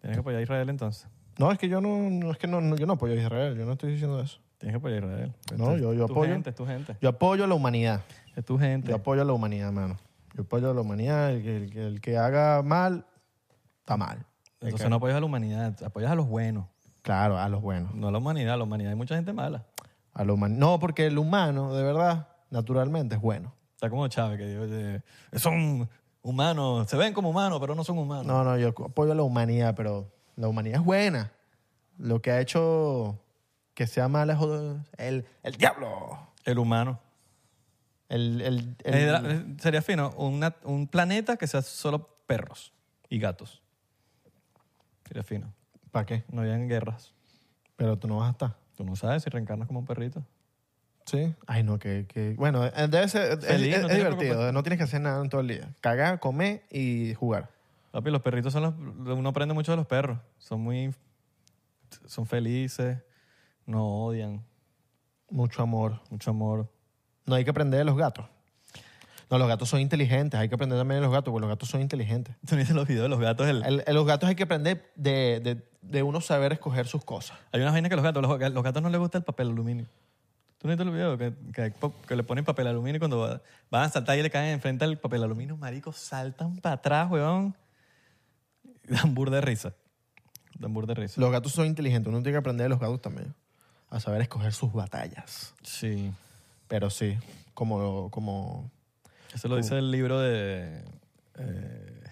[SPEAKER 2] Tienes que apoyar a Israel entonces.
[SPEAKER 3] No, es que yo no, no, es que no, no- yo no apoyo a Israel, yo no estoy diciendo eso.
[SPEAKER 2] Tienes que apoyar a Israel.
[SPEAKER 3] No,
[SPEAKER 2] Es
[SPEAKER 3] yo- yo
[SPEAKER 2] tu
[SPEAKER 3] apoyo.
[SPEAKER 2] gente, es tu gente.
[SPEAKER 3] Yo apoyo a la humanidad.
[SPEAKER 2] Es tu gente.
[SPEAKER 3] Yo apoyo a la humanidad, mano. Yo apoyo a la humanidad. El que, el que- el que haga mal, está mal. El
[SPEAKER 2] Entonces
[SPEAKER 3] que-
[SPEAKER 2] no apoyas a la humanidad, apoyas a los buenos,
[SPEAKER 3] Claro, a los buenos.
[SPEAKER 2] no a la humanidad. A la humanidad hay mucha gente mala.
[SPEAKER 3] A la human- No, porque el humano, de verdad, naturalmente es bueno.
[SPEAKER 2] Está como Chávez que dijo, eh, son humanos, se ven como humanos, pero no son humanos.
[SPEAKER 3] No, no, yo apoyo a la humanidad, pero la humanidad es buena. Lo que ha hecho que sea mal es jod- el, el diablo.
[SPEAKER 2] El humano.
[SPEAKER 3] El, el- el-
[SPEAKER 2] Eh, la- eh, sería fino una- un planeta que sea solo perros y gatos. Sería fino.
[SPEAKER 3] ¿Para qué?
[SPEAKER 2] No hayan guerras.
[SPEAKER 3] Pero tú no vas a estar.
[SPEAKER 2] Tú no sabes si reencarnas como un perrito.
[SPEAKER 3] Sí. Ay, no, que. que- Bueno, eh, debe ser. es-
[SPEAKER 2] Feliz,
[SPEAKER 3] es-
[SPEAKER 2] no
[SPEAKER 3] es
[SPEAKER 2] tienes
[SPEAKER 3] divertido.
[SPEAKER 2] preocupación.
[SPEAKER 3] No tienes que hacer nada en todo el día. Cagar, comer y jugar.
[SPEAKER 2] Papi, los perritos son los... Uno aprende mucho de los perros. Son muy... Son felices, no odian,
[SPEAKER 3] Mucho amor.
[SPEAKER 2] mucho amor.
[SPEAKER 3] No hay que aprender de los gatos. No, los gatos son inteligentes. Hay que aprender también de los gatos, porque los gatos son inteligentes.
[SPEAKER 2] Tú no viste los videos de los gatos. El,
[SPEAKER 3] El- el- los gatos hay que aprender de, de, de uno saber escoger sus cosas.
[SPEAKER 2] Hay unas vainas que los gatos, los, ga- los gatos no les gusta el papel aluminio. ¿Tú no viste el video que, que, po- que le ponen papel aluminio y cuando va- van a saltar y le caen enfrente al papel aluminio? Maricos, saltan para atrás, weón. Dan burda de risa. Dan burda de risa.
[SPEAKER 3] Los gatos son inteligentes. Uno tiene que aprender de los gatos también. A saber escoger sus batallas.
[SPEAKER 2] Sí.
[SPEAKER 3] Pero sí, como... como
[SPEAKER 2] Eso lo dice el libro de... eh,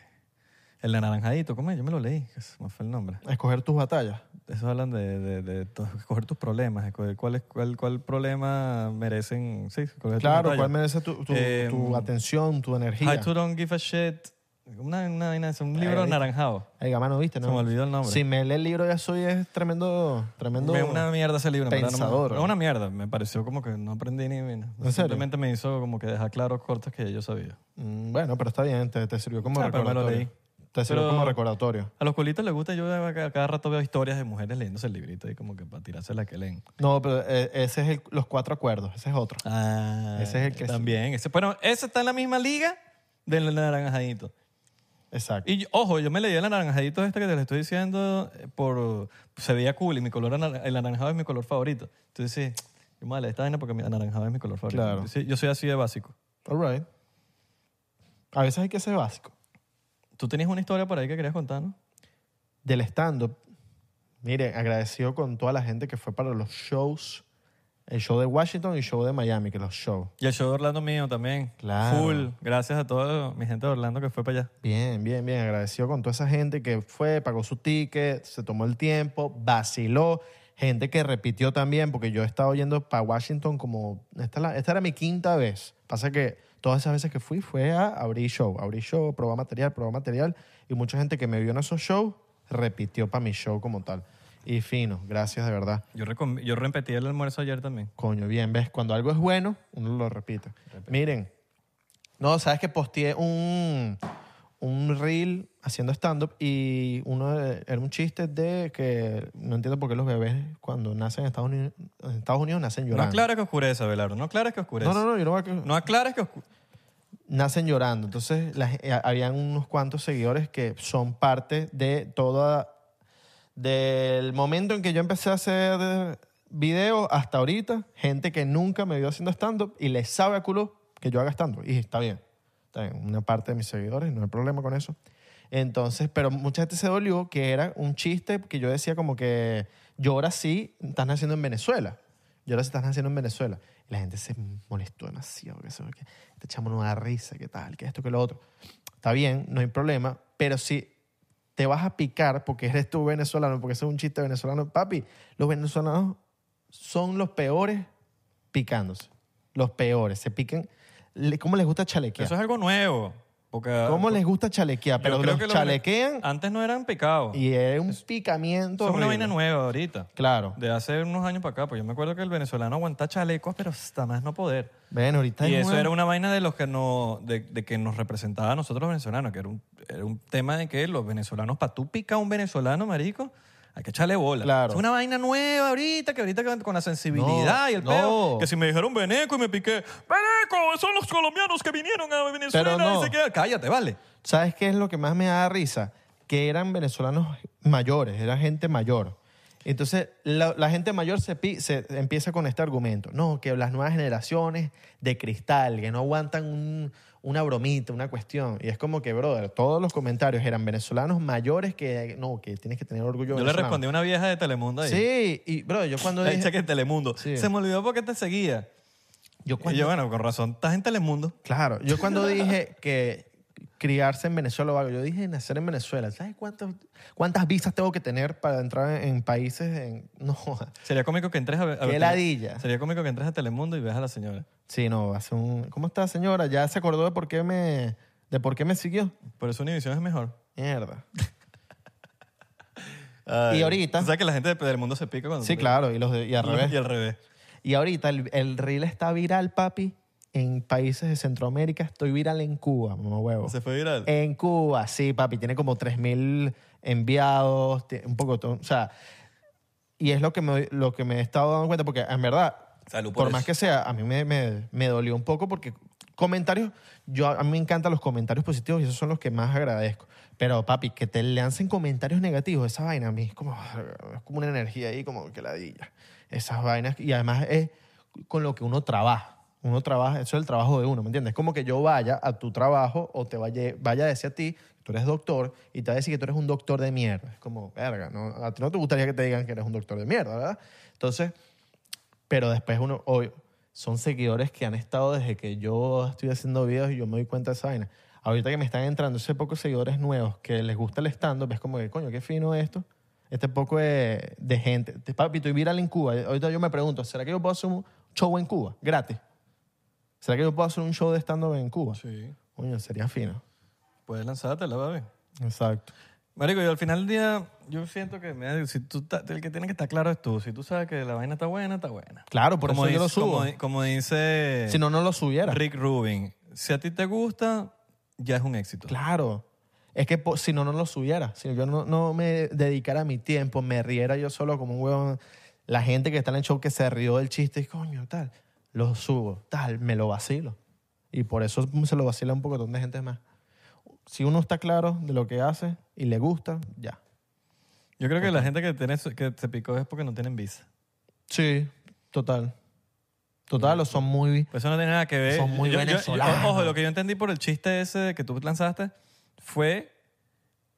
[SPEAKER 2] El naranjadito, ¿cómo es? Yo me lo leí, que se me fue el nombre.
[SPEAKER 3] Escoger tus batallas.
[SPEAKER 2] Eso hablan de, de, de to- escoger tus problemas, escoger cuál, es- cuál, cuál problema merecen. Sí, escoger tus
[SPEAKER 3] Claro,
[SPEAKER 2] batallas.
[SPEAKER 3] ¿cuál merece tu, tu-
[SPEAKER 2] Eh,
[SPEAKER 3] tu atención, tu energía?
[SPEAKER 2] How to Don't Give a Shit. Una, una, vaina, es un libro
[SPEAKER 3] Ahí.
[SPEAKER 2] naranjado.
[SPEAKER 3] Oiga, mano, ¿viste? No?
[SPEAKER 2] Se me olvidó el nombre.
[SPEAKER 3] Si me lee el libro ya soy es tremendo, tremendo...
[SPEAKER 2] Es una mierda ese libro. en verdad, no me-
[SPEAKER 3] Pensador.
[SPEAKER 2] Es una mierda. Me pareció como que no aprendí ni... ni-
[SPEAKER 3] serio?
[SPEAKER 2] Simplemente me hizo como que dejar claros cortes que yo sabía.
[SPEAKER 3] Mm, Bueno, pero está bien, te, te sirvió como
[SPEAKER 2] Ah, pero me lo
[SPEAKER 3] recordatorio. Te sirvió
[SPEAKER 2] Pero-
[SPEAKER 3] como recordatorio.
[SPEAKER 2] A los culitos les gusta. Yo a cada, cada rato veo historias de mujeres leyéndose el librito y como que para tirarse la que leen.
[SPEAKER 3] No, pero eh, ese es el- los cuatro acuerdos, ese es otro.
[SPEAKER 2] Ah,
[SPEAKER 3] Ese es el que sí.
[SPEAKER 2] También. Ese, bueno, ese está en la misma liga del naranjadito.
[SPEAKER 3] Exacto.
[SPEAKER 2] Y yo- ojo, yo me leí el anaranjadito este que te lo estoy diciendo eh, por... Se veía cool y mi color, ana- el anaranjado es mi color favorito. Entonces, sí, yo me voy a leer esta vaina porque mi anaranjado es mi color favorito.
[SPEAKER 3] Claro.
[SPEAKER 2] Entonces, yo soy así de básico.
[SPEAKER 3] All right. A veces hay que ser básico.
[SPEAKER 2] Tú tenías una historia por ahí que querías contar, ¿no?
[SPEAKER 3] Del stand-up, mire, agradecido con toda la gente que fue para los shows, el show de Washington y el show de Miami, que los shows.
[SPEAKER 2] Y el show de Orlando mío también.
[SPEAKER 3] Claro.
[SPEAKER 2] Full. Gracias a toda mi gente de Orlando que fue para allá.
[SPEAKER 3] Bien, bien, bien. Agradecido con toda esa gente que fue, pagó su ticket, se tomó el tiempo, vaciló. Gente que repitió también, porque yo he estado yendo para Washington como. Esta, es la- esta era mi quinta vez. Pasa que todas esas veces que fui fue a abrir show, abrir show, probar material, probar material. Y mucha gente que me vio en esos shows repitió para mi show como tal. Y fino, gracias de verdad.
[SPEAKER 2] Yo, recom- yo repetí el almuerzo ayer también.
[SPEAKER 3] Coño, bien, ¿ves? Cuando algo es bueno, uno lo repite. Miren, no, sabes que posteé un, un reel haciendo stand-up y uno de- era un chiste de que no entiendo por qué los bebés cuando nacen en Estados Unidos, en Estados Unidos nacen
[SPEAKER 2] No
[SPEAKER 3] llorando.
[SPEAKER 2] aclares que oscurece, Abelardo. No aclares que oscurece.
[SPEAKER 3] no, no, no, yo no voy a que-
[SPEAKER 2] No aclares que oscurece.
[SPEAKER 3] nacen llorando. Entonces, las- eh, habían unos cuantos seguidores que son parte de toda. Del momento en que yo empecé a hacer videos hasta ahorita, gente que nunca me vio haciendo stand-up y les sabe a culo que yo haga stand-up. Y está bien. Está bien. Una parte de mis seguidores, no hay problema con eso. Entonces, pero mucha gente se dolió que era un chiste que yo decía como que yo ahora sí estás naciendo en Venezuela. Yo ahora sí estás naciendo en Venezuela. Y la gente se molestó demasiado. Que eso, que este chamo no da risa, que tal, que esto, que lo otro. Está bien, no hay problema. Pero si te vas a picar porque eres tú venezolano, porque ese es un chiste venezolano, papi, los venezolanos son los peores picándose. Los peores. Se pican. Le- ¿Cómo les gusta chalequear?
[SPEAKER 2] Eso es algo nuevo. Porque,
[SPEAKER 3] ¿Cómo les gusta chalequear?
[SPEAKER 2] Yo
[SPEAKER 3] Pero
[SPEAKER 2] creo
[SPEAKER 3] los
[SPEAKER 2] que los-
[SPEAKER 3] chalequean
[SPEAKER 2] Antes no eran picados.
[SPEAKER 3] y es un
[SPEAKER 2] Eso
[SPEAKER 3] picamiento.
[SPEAKER 2] es una
[SPEAKER 3] horrible.
[SPEAKER 2] vaina nueva ahorita.
[SPEAKER 3] Claro.
[SPEAKER 2] De hace unos años para acá, pues yo me acuerdo que el venezolano aguanta chalecos, pero hasta más no poder.
[SPEAKER 3] Bueno, ahorita
[SPEAKER 2] Y
[SPEAKER 3] es
[SPEAKER 2] eso
[SPEAKER 3] nuevo.
[SPEAKER 2] era una vaina de los que no, de, de que nos representaba a nosotros los venezolanos, que era un, era un tema de que los venezolanos, para tú picar a un venezolano, marico, hay que echarle bola.
[SPEAKER 3] Claro.
[SPEAKER 2] Es una vaina nueva ahorita, que ahorita con- con la sensibilidad
[SPEAKER 3] No,
[SPEAKER 2] y el
[SPEAKER 3] no.
[SPEAKER 2] pedo. Que si me dijeron veneco y me piqué, veneco, son los colombianos que vinieron a Venezuela
[SPEAKER 3] Pero no.
[SPEAKER 2] y se quedaron. Cállate, vale.
[SPEAKER 3] ¿Sabes qué es lo que más me da risa? Que eran venezolanos mayores, era gente mayor. Entonces, la, la gente mayor se, pi- se empieza con este argumento. No, que las nuevas generaciones de cristal, que no aguantan un- una bromita, una cuestión. Y es como que, brother, todos los comentarios eran venezolanos mayores que, no, que tienes que tener orgullo
[SPEAKER 2] Yo le
[SPEAKER 3] venezolano.
[SPEAKER 2] respondí a una vieja de Telemundo ahí.
[SPEAKER 3] Sí, y, bro, yo cuando
[SPEAKER 2] La
[SPEAKER 3] dije...
[SPEAKER 2] hecha que en Telemundo.
[SPEAKER 3] Sí.
[SPEAKER 2] Se me olvidó porque te seguía.
[SPEAKER 3] Yo
[SPEAKER 2] Y
[SPEAKER 3] cuando,
[SPEAKER 2] yo, bueno, con razón, estás en Telemundo.
[SPEAKER 3] Claro, yo cuando dije que criarse en Venezuela o algo, yo dije nacer en Venezuela. ¿Sabes cuántos, cuántas visas tengo que tener para entrar en, en países? En... No, joda.
[SPEAKER 2] Sería cómico que entres a, a-
[SPEAKER 3] Qué ladilla.
[SPEAKER 2] Sería cómico que entres a Telemundo y veas a la señora.
[SPEAKER 3] sí, no, hace un... ¿Cómo está, señora? ¿Ya se acordó de por qué me, de por qué me siguió?
[SPEAKER 2] Por eso Univision es mejor.
[SPEAKER 3] Mierda.
[SPEAKER 2] Ay,
[SPEAKER 3] Y ahorita-
[SPEAKER 2] tú sabes que la gente de Telemundo se pica cuando.
[SPEAKER 3] Sí,
[SPEAKER 2] tú-
[SPEAKER 3] claro, y, los de- y al revés.
[SPEAKER 2] Y al revés.
[SPEAKER 3] Y ahorita el, el reel está viral, papi, en países de Centroamérica. Estoy viral en Cuba, mamá huevo.
[SPEAKER 2] Se fue viral.
[SPEAKER 3] En Cuba, sí, papi. Tiene como 3.000 enviados, ti- un poco todo. O sea, y es lo que, me, lo que me he estado dando cuenta, porque en verdad,
[SPEAKER 2] Salud por
[SPEAKER 3] por,
[SPEAKER 2] eso.
[SPEAKER 3] más que sea, a mí me, me- me dolió un poco porque comentarios, yo, a mí me encantan los comentarios positivos y esos son los que más agradezco. Pero, papi, que te lancen comentarios negativos, esa vaina a mí es como, es como una energía ahí, como que ladilla. Esas vainas, y además es con lo que uno trabaja. Uno trabaja, eso es el trabajo de uno, ¿me entiendes? Es como que yo vaya a tu trabajo o te vaya, vaya a decir a ti, tú eres doctor, y te va a decir que tú eres un doctor de mierda. Es como, verga, no, a ti no te gustaría que te digan que eres un doctor de mierda, ¿verdad? Entonces, pero después uno, obvio, son seguidores que han estado desde que yo estoy haciendo videos y yo me doy cuenta de esa vaina. ahorita que me están entrando ese pocos seguidores nuevos que les gusta el stand-up, es como que, coño, qué fino esto. Este poco de, de gente. Te- Papi, estoy viral en Cuba. Ahorita yo me pregunto, ¿será que yo puedo hacer un show en Cuba? Gratis. ¿Será que yo puedo hacer un show de stand-up en Cuba?
[SPEAKER 2] Sí.
[SPEAKER 3] Coño, sería fino.
[SPEAKER 2] Puedes lanzártela, baby.
[SPEAKER 3] Exacto.
[SPEAKER 2] Marico, yo al final del día, yo siento que mira, si tú, ta- el que tiene que estar claro es tú. Si tú sabes que la vaina está buena, está buena.
[SPEAKER 3] Claro, por eso yo lo subo.
[SPEAKER 2] Como, di- como dice
[SPEAKER 3] Si no, no lo subiera.
[SPEAKER 2] Rick Rubin, si a ti te gusta, ya es un éxito.
[SPEAKER 3] Claro. Es que po- si no, no lo subiera. Si yo no, no me dedicara mi tiempo, me riera yo solo como un huevón. La gente que está en el show que se rió del chiste, y coño, tal, lo subo, tal, me lo vacilo. Y por eso se lo vacila un poco de gente más. Si uno está claro de lo que hace y le gusta, ya.
[SPEAKER 2] Yo creo que la gente que, tiene, su- que se picó es porque no tienen visa.
[SPEAKER 3] Sí, total. Total, o son muy...
[SPEAKER 2] Pues eso no tiene nada que ver.
[SPEAKER 3] Son muy venezolanos.
[SPEAKER 2] ojo, lo que yo entendí por el chiste ese que tú lanzaste fue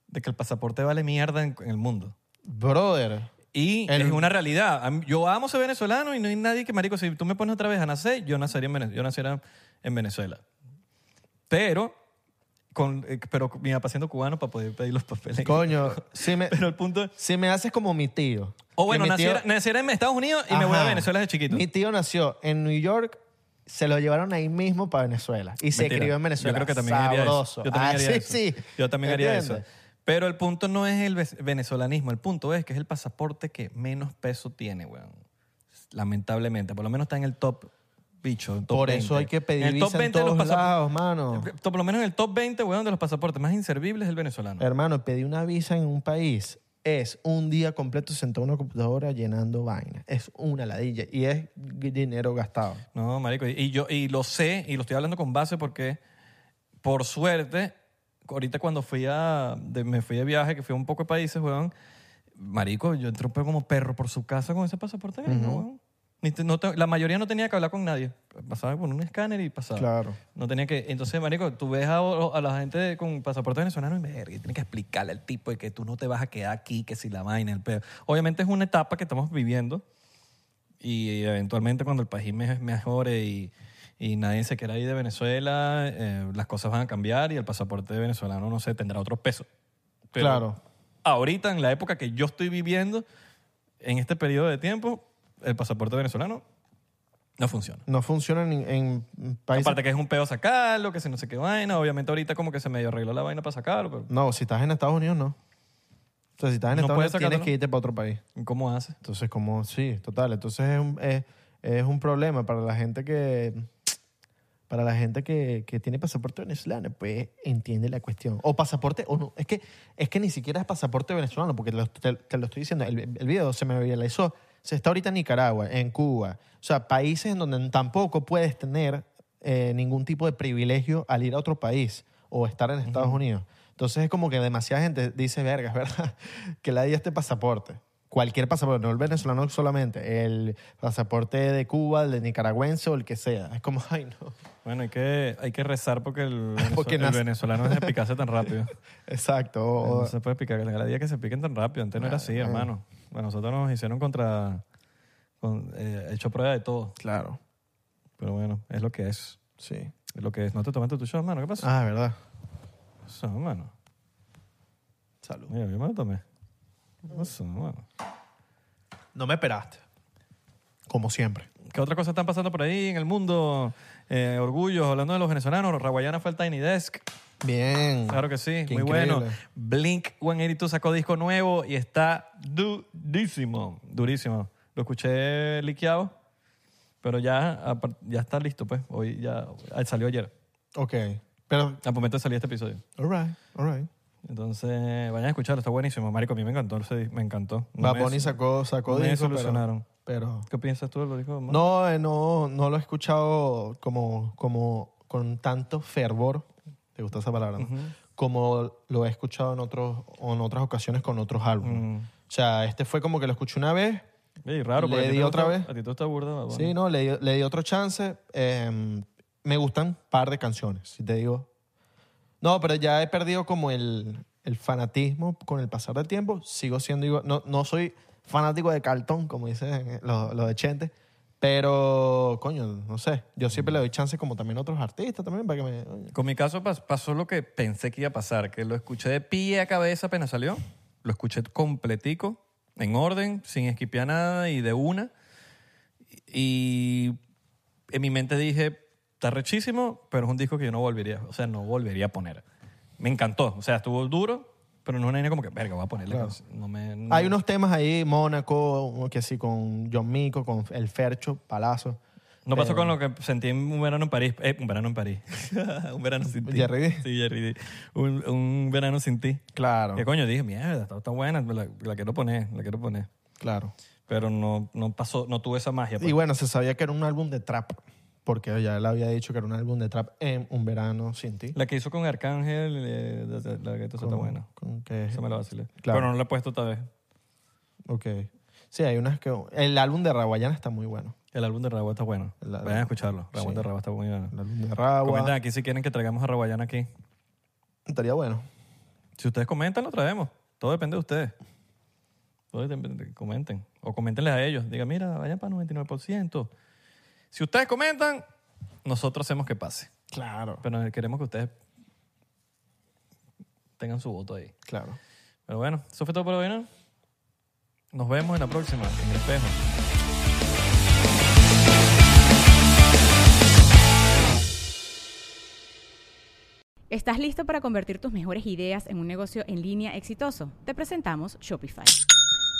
[SPEAKER 2] de que el pasaporte vale mierda en, en el mundo.
[SPEAKER 3] Brother.
[SPEAKER 2] Y
[SPEAKER 3] El-
[SPEAKER 2] es una realidad. A mí- Yo amo ser venezolano y no hay nadie que, marico, si tú me pones otra vez a nacer, yo nacería en Venezuela. Yo naciera en Venezuela. Pero, con, eh, pero mi papá siendo cubano para poder pedir los papeles.
[SPEAKER 3] Coño, si me,
[SPEAKER 2] Pero el punto es...
[SPEAKER 3] si me haces como mi tío.
[SPEAKER 2] O
[SPEAKER 3] que
[SPEAKER 2] bueno,
[SPEAKER 3] mi tío-
[SPEAKER 2] naciera, naciera en Estados Unidos y me voy a
[SPEAKER 3] Ajá.
[SPEAKER 2] Venezuela desde chiquito.
[SPEAKER 3] Mi tío nació en New York, se lo llevaron ahí mismo para Venezuela y se
[SPEAKER 2] Mentira.
[SPEAKER 3] crió en Venezuela.
[SPEAKER 2] Yo creo que también haría
[SPEAKER 3] Sabroso.
[SPEAKER 2] eso. Yo también
[SPEAKER 3] Ah,
[SPEAKER 2] haría
[SPEAKER 3] sí,
[SPEAKER 2] eso.
[SPEAKER 3] sí.
[SPEAKER 2] Yo también haría eso.
[SPEAKER 3] ¿Entiendes?
[SPEAKER 2] Pero el punto no es el ve- venezolanismo, el punto es que es el pasaporte que menos peso tiene, weón. Lamentablemente, por lo menos está en el top bicho. el top
[SPEAKER 3] Por eso
[SPEAKER 2] 20.
[SPEAKER 3] hay que pedir
[SPEAKER 2] En el
[SPEAKER 3] visa
[SPEAKER 2] top
[SPEAKER 3] en
[SPEAKER 2] 20 de los
[SPEAKER 3] todos
[SPEAKER 2] pasap-
[SPEAKER 3] lados, mano.
[SPEAKER 2] to- Por lo menos en el top 20, weón, de los pasaportes más inservibles es el venezolano.
[SPEAKER 3] Hermano, pedir una visa en un país es un día completo sentado en una computadora llenando vainas. Es una ladilla y es dinero gastado.
[SPEAKER 2] No, marico, y- y yo y lo sé y lo estoy hablando con base porque por suerte ahorita cuando fui a de- me fui de viaje que fui a un poco de países, weón, marico, yo entré como perro por su casa con ese pasaporte gringo, weón. Ni te- no te- la mayoría no tenía que hablar con nadie. Pasaba por un escáner y pasaba.
[SPEAKER 3] Claro.
[SPEAKER 2] No tenía que. Entonces, marico, tú ves a, a la gente con pasaporte venezolano y verga, y tienes que explicarle al tipo de que tú no te vas a quedar aquí, que si la vaina, el pedo. Obviamente es una etapa que estamos viviendo y eventualmente cuando el país me- mejore y, y nadie se quiera ir de Venezuela, eh, las cosas van a cambiar y el pasaporte venezolano, no sé, tendrá otro peso. Pero
[SPEAKER 3] Claro.
[SPEAKER 2] Ahorita, en la época que yo estoy viviendo, en este periodo de tiempo, el pasaporte venezolano no funciona.
[SPEAKER 3] No funciona en, en países.
[SPEAKER 2] Aparte que es un pedo sacarlo, que se no sé qué vaina. Obviamente ahorita como que se medio arregló la vaina para sacarlo, pero
[SPEAKER 3] No, si estás en Estados Unidos, no. O sea, si estás en
[SPEAKER 2] No puedes
[SPEAKER 3] Estados Unidos, tienes
[SPEAKER 2] sacártelo.
[SPEAKER 3] que irte para otro país.
[SPEAKER 2] ¿cómo hace?
[SPEAKER 3] Entonces, como, sí, total. Entonces es un, es, es un problema para la gente que. Para la gente que, que tiene pasaporte venezolano, pues entiende la cuestión. O pasaporte, o no. Es que, es que ni siquiera es pasaporte venezolano, porque te lo, te- te lo estoy diciendo. El, el video se me viralizó. Se está ahorita en Nicaragua, en Cuba. O sea, países en donde tampoco puedes tener eh, ningún tipo de privilegio al ir a otro país o estar en Estados Unidos. Entonces es como que demasiada gente dice, verga, es verdad, que la di este pasaporte. Cualquier pasaporte, no el venezolano solamente, el pasaporte de Cuba, el de nicaragüense o el que sea. Es como, ay, no.
[SPEAKER 2] Bueno, hay que, hay que rezar porque el, venezol-
[SPEAKER 3] Porque
[SPEAKER 2] el
[SPEAKER 3] nace-
[SPEAKER 2] venezolano es de picarse tan rápido.
[SPEAKER 3] Exacto. o-
[SPEAKER 2] No se puede picar, que la día que se piquen tan rápido. Antes no era así, hermano. A nosotros nos hicieron contra... Con, eh, hecho prueba de todo.
[SPEAKER 3] Claro,
[SPEAKER 2] Pero bueno, es lo que es.
[SPEAKER 3] sí.
[SPEAKER 2] Es lo que es. No te tomaste tu shot, hermano. ¿Qué pasó?
[SPEAKER 3] Ah, verdad. Ah.
[SPEAKER 2] ¿Qué pasó, hermano?
[SPEAKER 3] Salud.
[SPEAKER 2] Mira, yo me lo tomé. ¿Qué pasó, hermano?
[SPEAKER 3] No me esperaste. Como siempre.
[SPEAKER 2] ¿Qué otra cosa están pasando por ahí en el mundo? Eh, orgullos, hablando de los venezolanos, Raguayana fue el Tiny Desk.
[SPEAKER 3] Bien.
[SPEAKER 2] Claro que sí,
[SPEAKER 3] Qué
[SPEAKER 2] muy
[SPEAKER 3] increíble.
[SPEAKER 2] bueno. Blink 182 sacó disco nuevo y está durísimo, durísimo. Lo escuché liqueado, pero ya, apar- ya está listo, pues. Hoy ya ah, salió ayer,
[SPEAKER 3] Ok. Pero,
[SPEAKER 2] al momento de salir este episodio.
[SPEAKER 3] all right, all right.
[SPEAKER 2] Entonces, vayan a escucharlo, está buenísimo. Marico, a mí me encantó, ese di- me encantó. No
[SPEAKER 3] Bad
[SPEAKER 2] me-
[SPEAKER 3] Bunny sacó, sacó
[SPEAKER 2] no me
[SPEAKER 3] disco, pero-
[SPEAKER 2] desilusionaron.
[SPEAKER 3] pero
[SPEAKER 2] ¿Qué piensas tú de los discos? Omar?
[SPEAKER 3] No, eh, no, no lo he escuchado como, como con tanto fervor, ¿te gusta esa palabra? no? Como lo he escuchado en, otros, o en otras ocasiones con otros álbumes. O sea, este fue como que lo escuché una vez,
[SPEAKER 2] Ey, raro,
[SPEAKER 3] Le
[SPEAKER 2] porque a ti te
[SPEAKER 3] di otra
[SPEAKER 2] gusta-
[SPEAKER 3] vez.
[SPEAKER 2] A ti te gusta burda. Bad Bunny.
[SPEAKER 3] sí, no, le, di- le di otro chance. eh, me gustan un par de canciones, si te digo. No, pero ya he perdido como el, el fanatismo con el pasar del tiempo. Sigo siendo igual, no, no soy fanático de cartón, como dicen los, los de Chente, Pero, coño, no sé. Yo siempre le doy chance como también a otros artistas también para que me... oye.
[SPEAKER 2] Con mi caso pas- pasó lo que pensé que iba a pasar, que lo escuché de pie a cabeza apenas salió. Lo escuché completico, en orden, sin esquipear nada y de una. Y en mi mente dije, está rechísimo, pero es un disco que yo no volvería, o sea, no volvería a poner. Me encantó, o sea, estuvo duro, pero no es una idea como que, verga, voy a ponerle.
[SPEAKER 3] Claro.
[SPEAKER 2] canción". No me, no-
[SPEAKER 3] Hay unos temas ahí, Mónaco, uno que sí, con John Mico, con El Fercho, Palazo.
[SPEAKER 2] No pasó con lo que sentí en un verano en París. Eh, un verano en París. un verano sin ti.
[SPEAKER 3] Jerry D.
[SPEAKER 2] Sí, Jerry D. Un, un verano sin ti.
[SPEAKER 3] Claro,
[SPEAKER 2] Que coño, dije, mierda, está, está buena, la, la quiero poner, la quiero poner.
[SPEAKER 3] claro.
[SPEAKER 2] Pero no, no pasó, no tuve esa magia. pues.
[SPEAKER 3] Y bueno, se sabía que era un álbum de trap, porque ya él había dicho que era un álbum de trap en Un Verano Sin Ti.
[SPEAKER 2] La que hizo con Arcángel, eh, la, la- la que tú está buena.
[SPEAKER 3] Con que,
[SPEAKER 2] Esa me la vacilé.
[SPEAKER 3] Claro.
[SPEAKER 2] Pero no la he puesto tal vez.
[SPEAKER 3] ok. Sí, hay unas que... El álbum de Raguayana está muy bueno.
[SPEAKER 2] El álbum de Rawa está bueno.
[SPEAKER 3] La-
[SPEAKER 2] Vayan a escucharlo. El álbum
[SPEAKER 3] Sí.
[SPEAKER 2] de Rawa está muy bueno.
[SPEAKER 3] El álbum de
[SPEAKER 2] Comenten
[SPEAKER 3] Raguayana
[SPEAKER 2] aquí si quieren que traigamos a Raguayana aquí.
[SPEAKER 3] estaría bueno.
[SPEAKER 2] Si ustedes comentan, lo traemos. Todo depende de ustedes. Todo depende de que comenten. O coméntenles a ellos. Diga, mira, vayan para 99%. Si ustedes comentan, nosotros hacemos que pase.
[SPEAKER 3] Claro.
[SPEAKER 2] Pero queremos que ustedes tengan su voto ahí.
[SPEAKER 3] Claro.
[SPEAKER 2] Pero bueno, eso fue todo por hoy, ¿no? Nos vemos en la próxima, en el espejo.
[SPEAKER 5] ¿Estás listo para convertir tus mejores ideas en un negocio en línea exitoso? Te presentamos Shopify.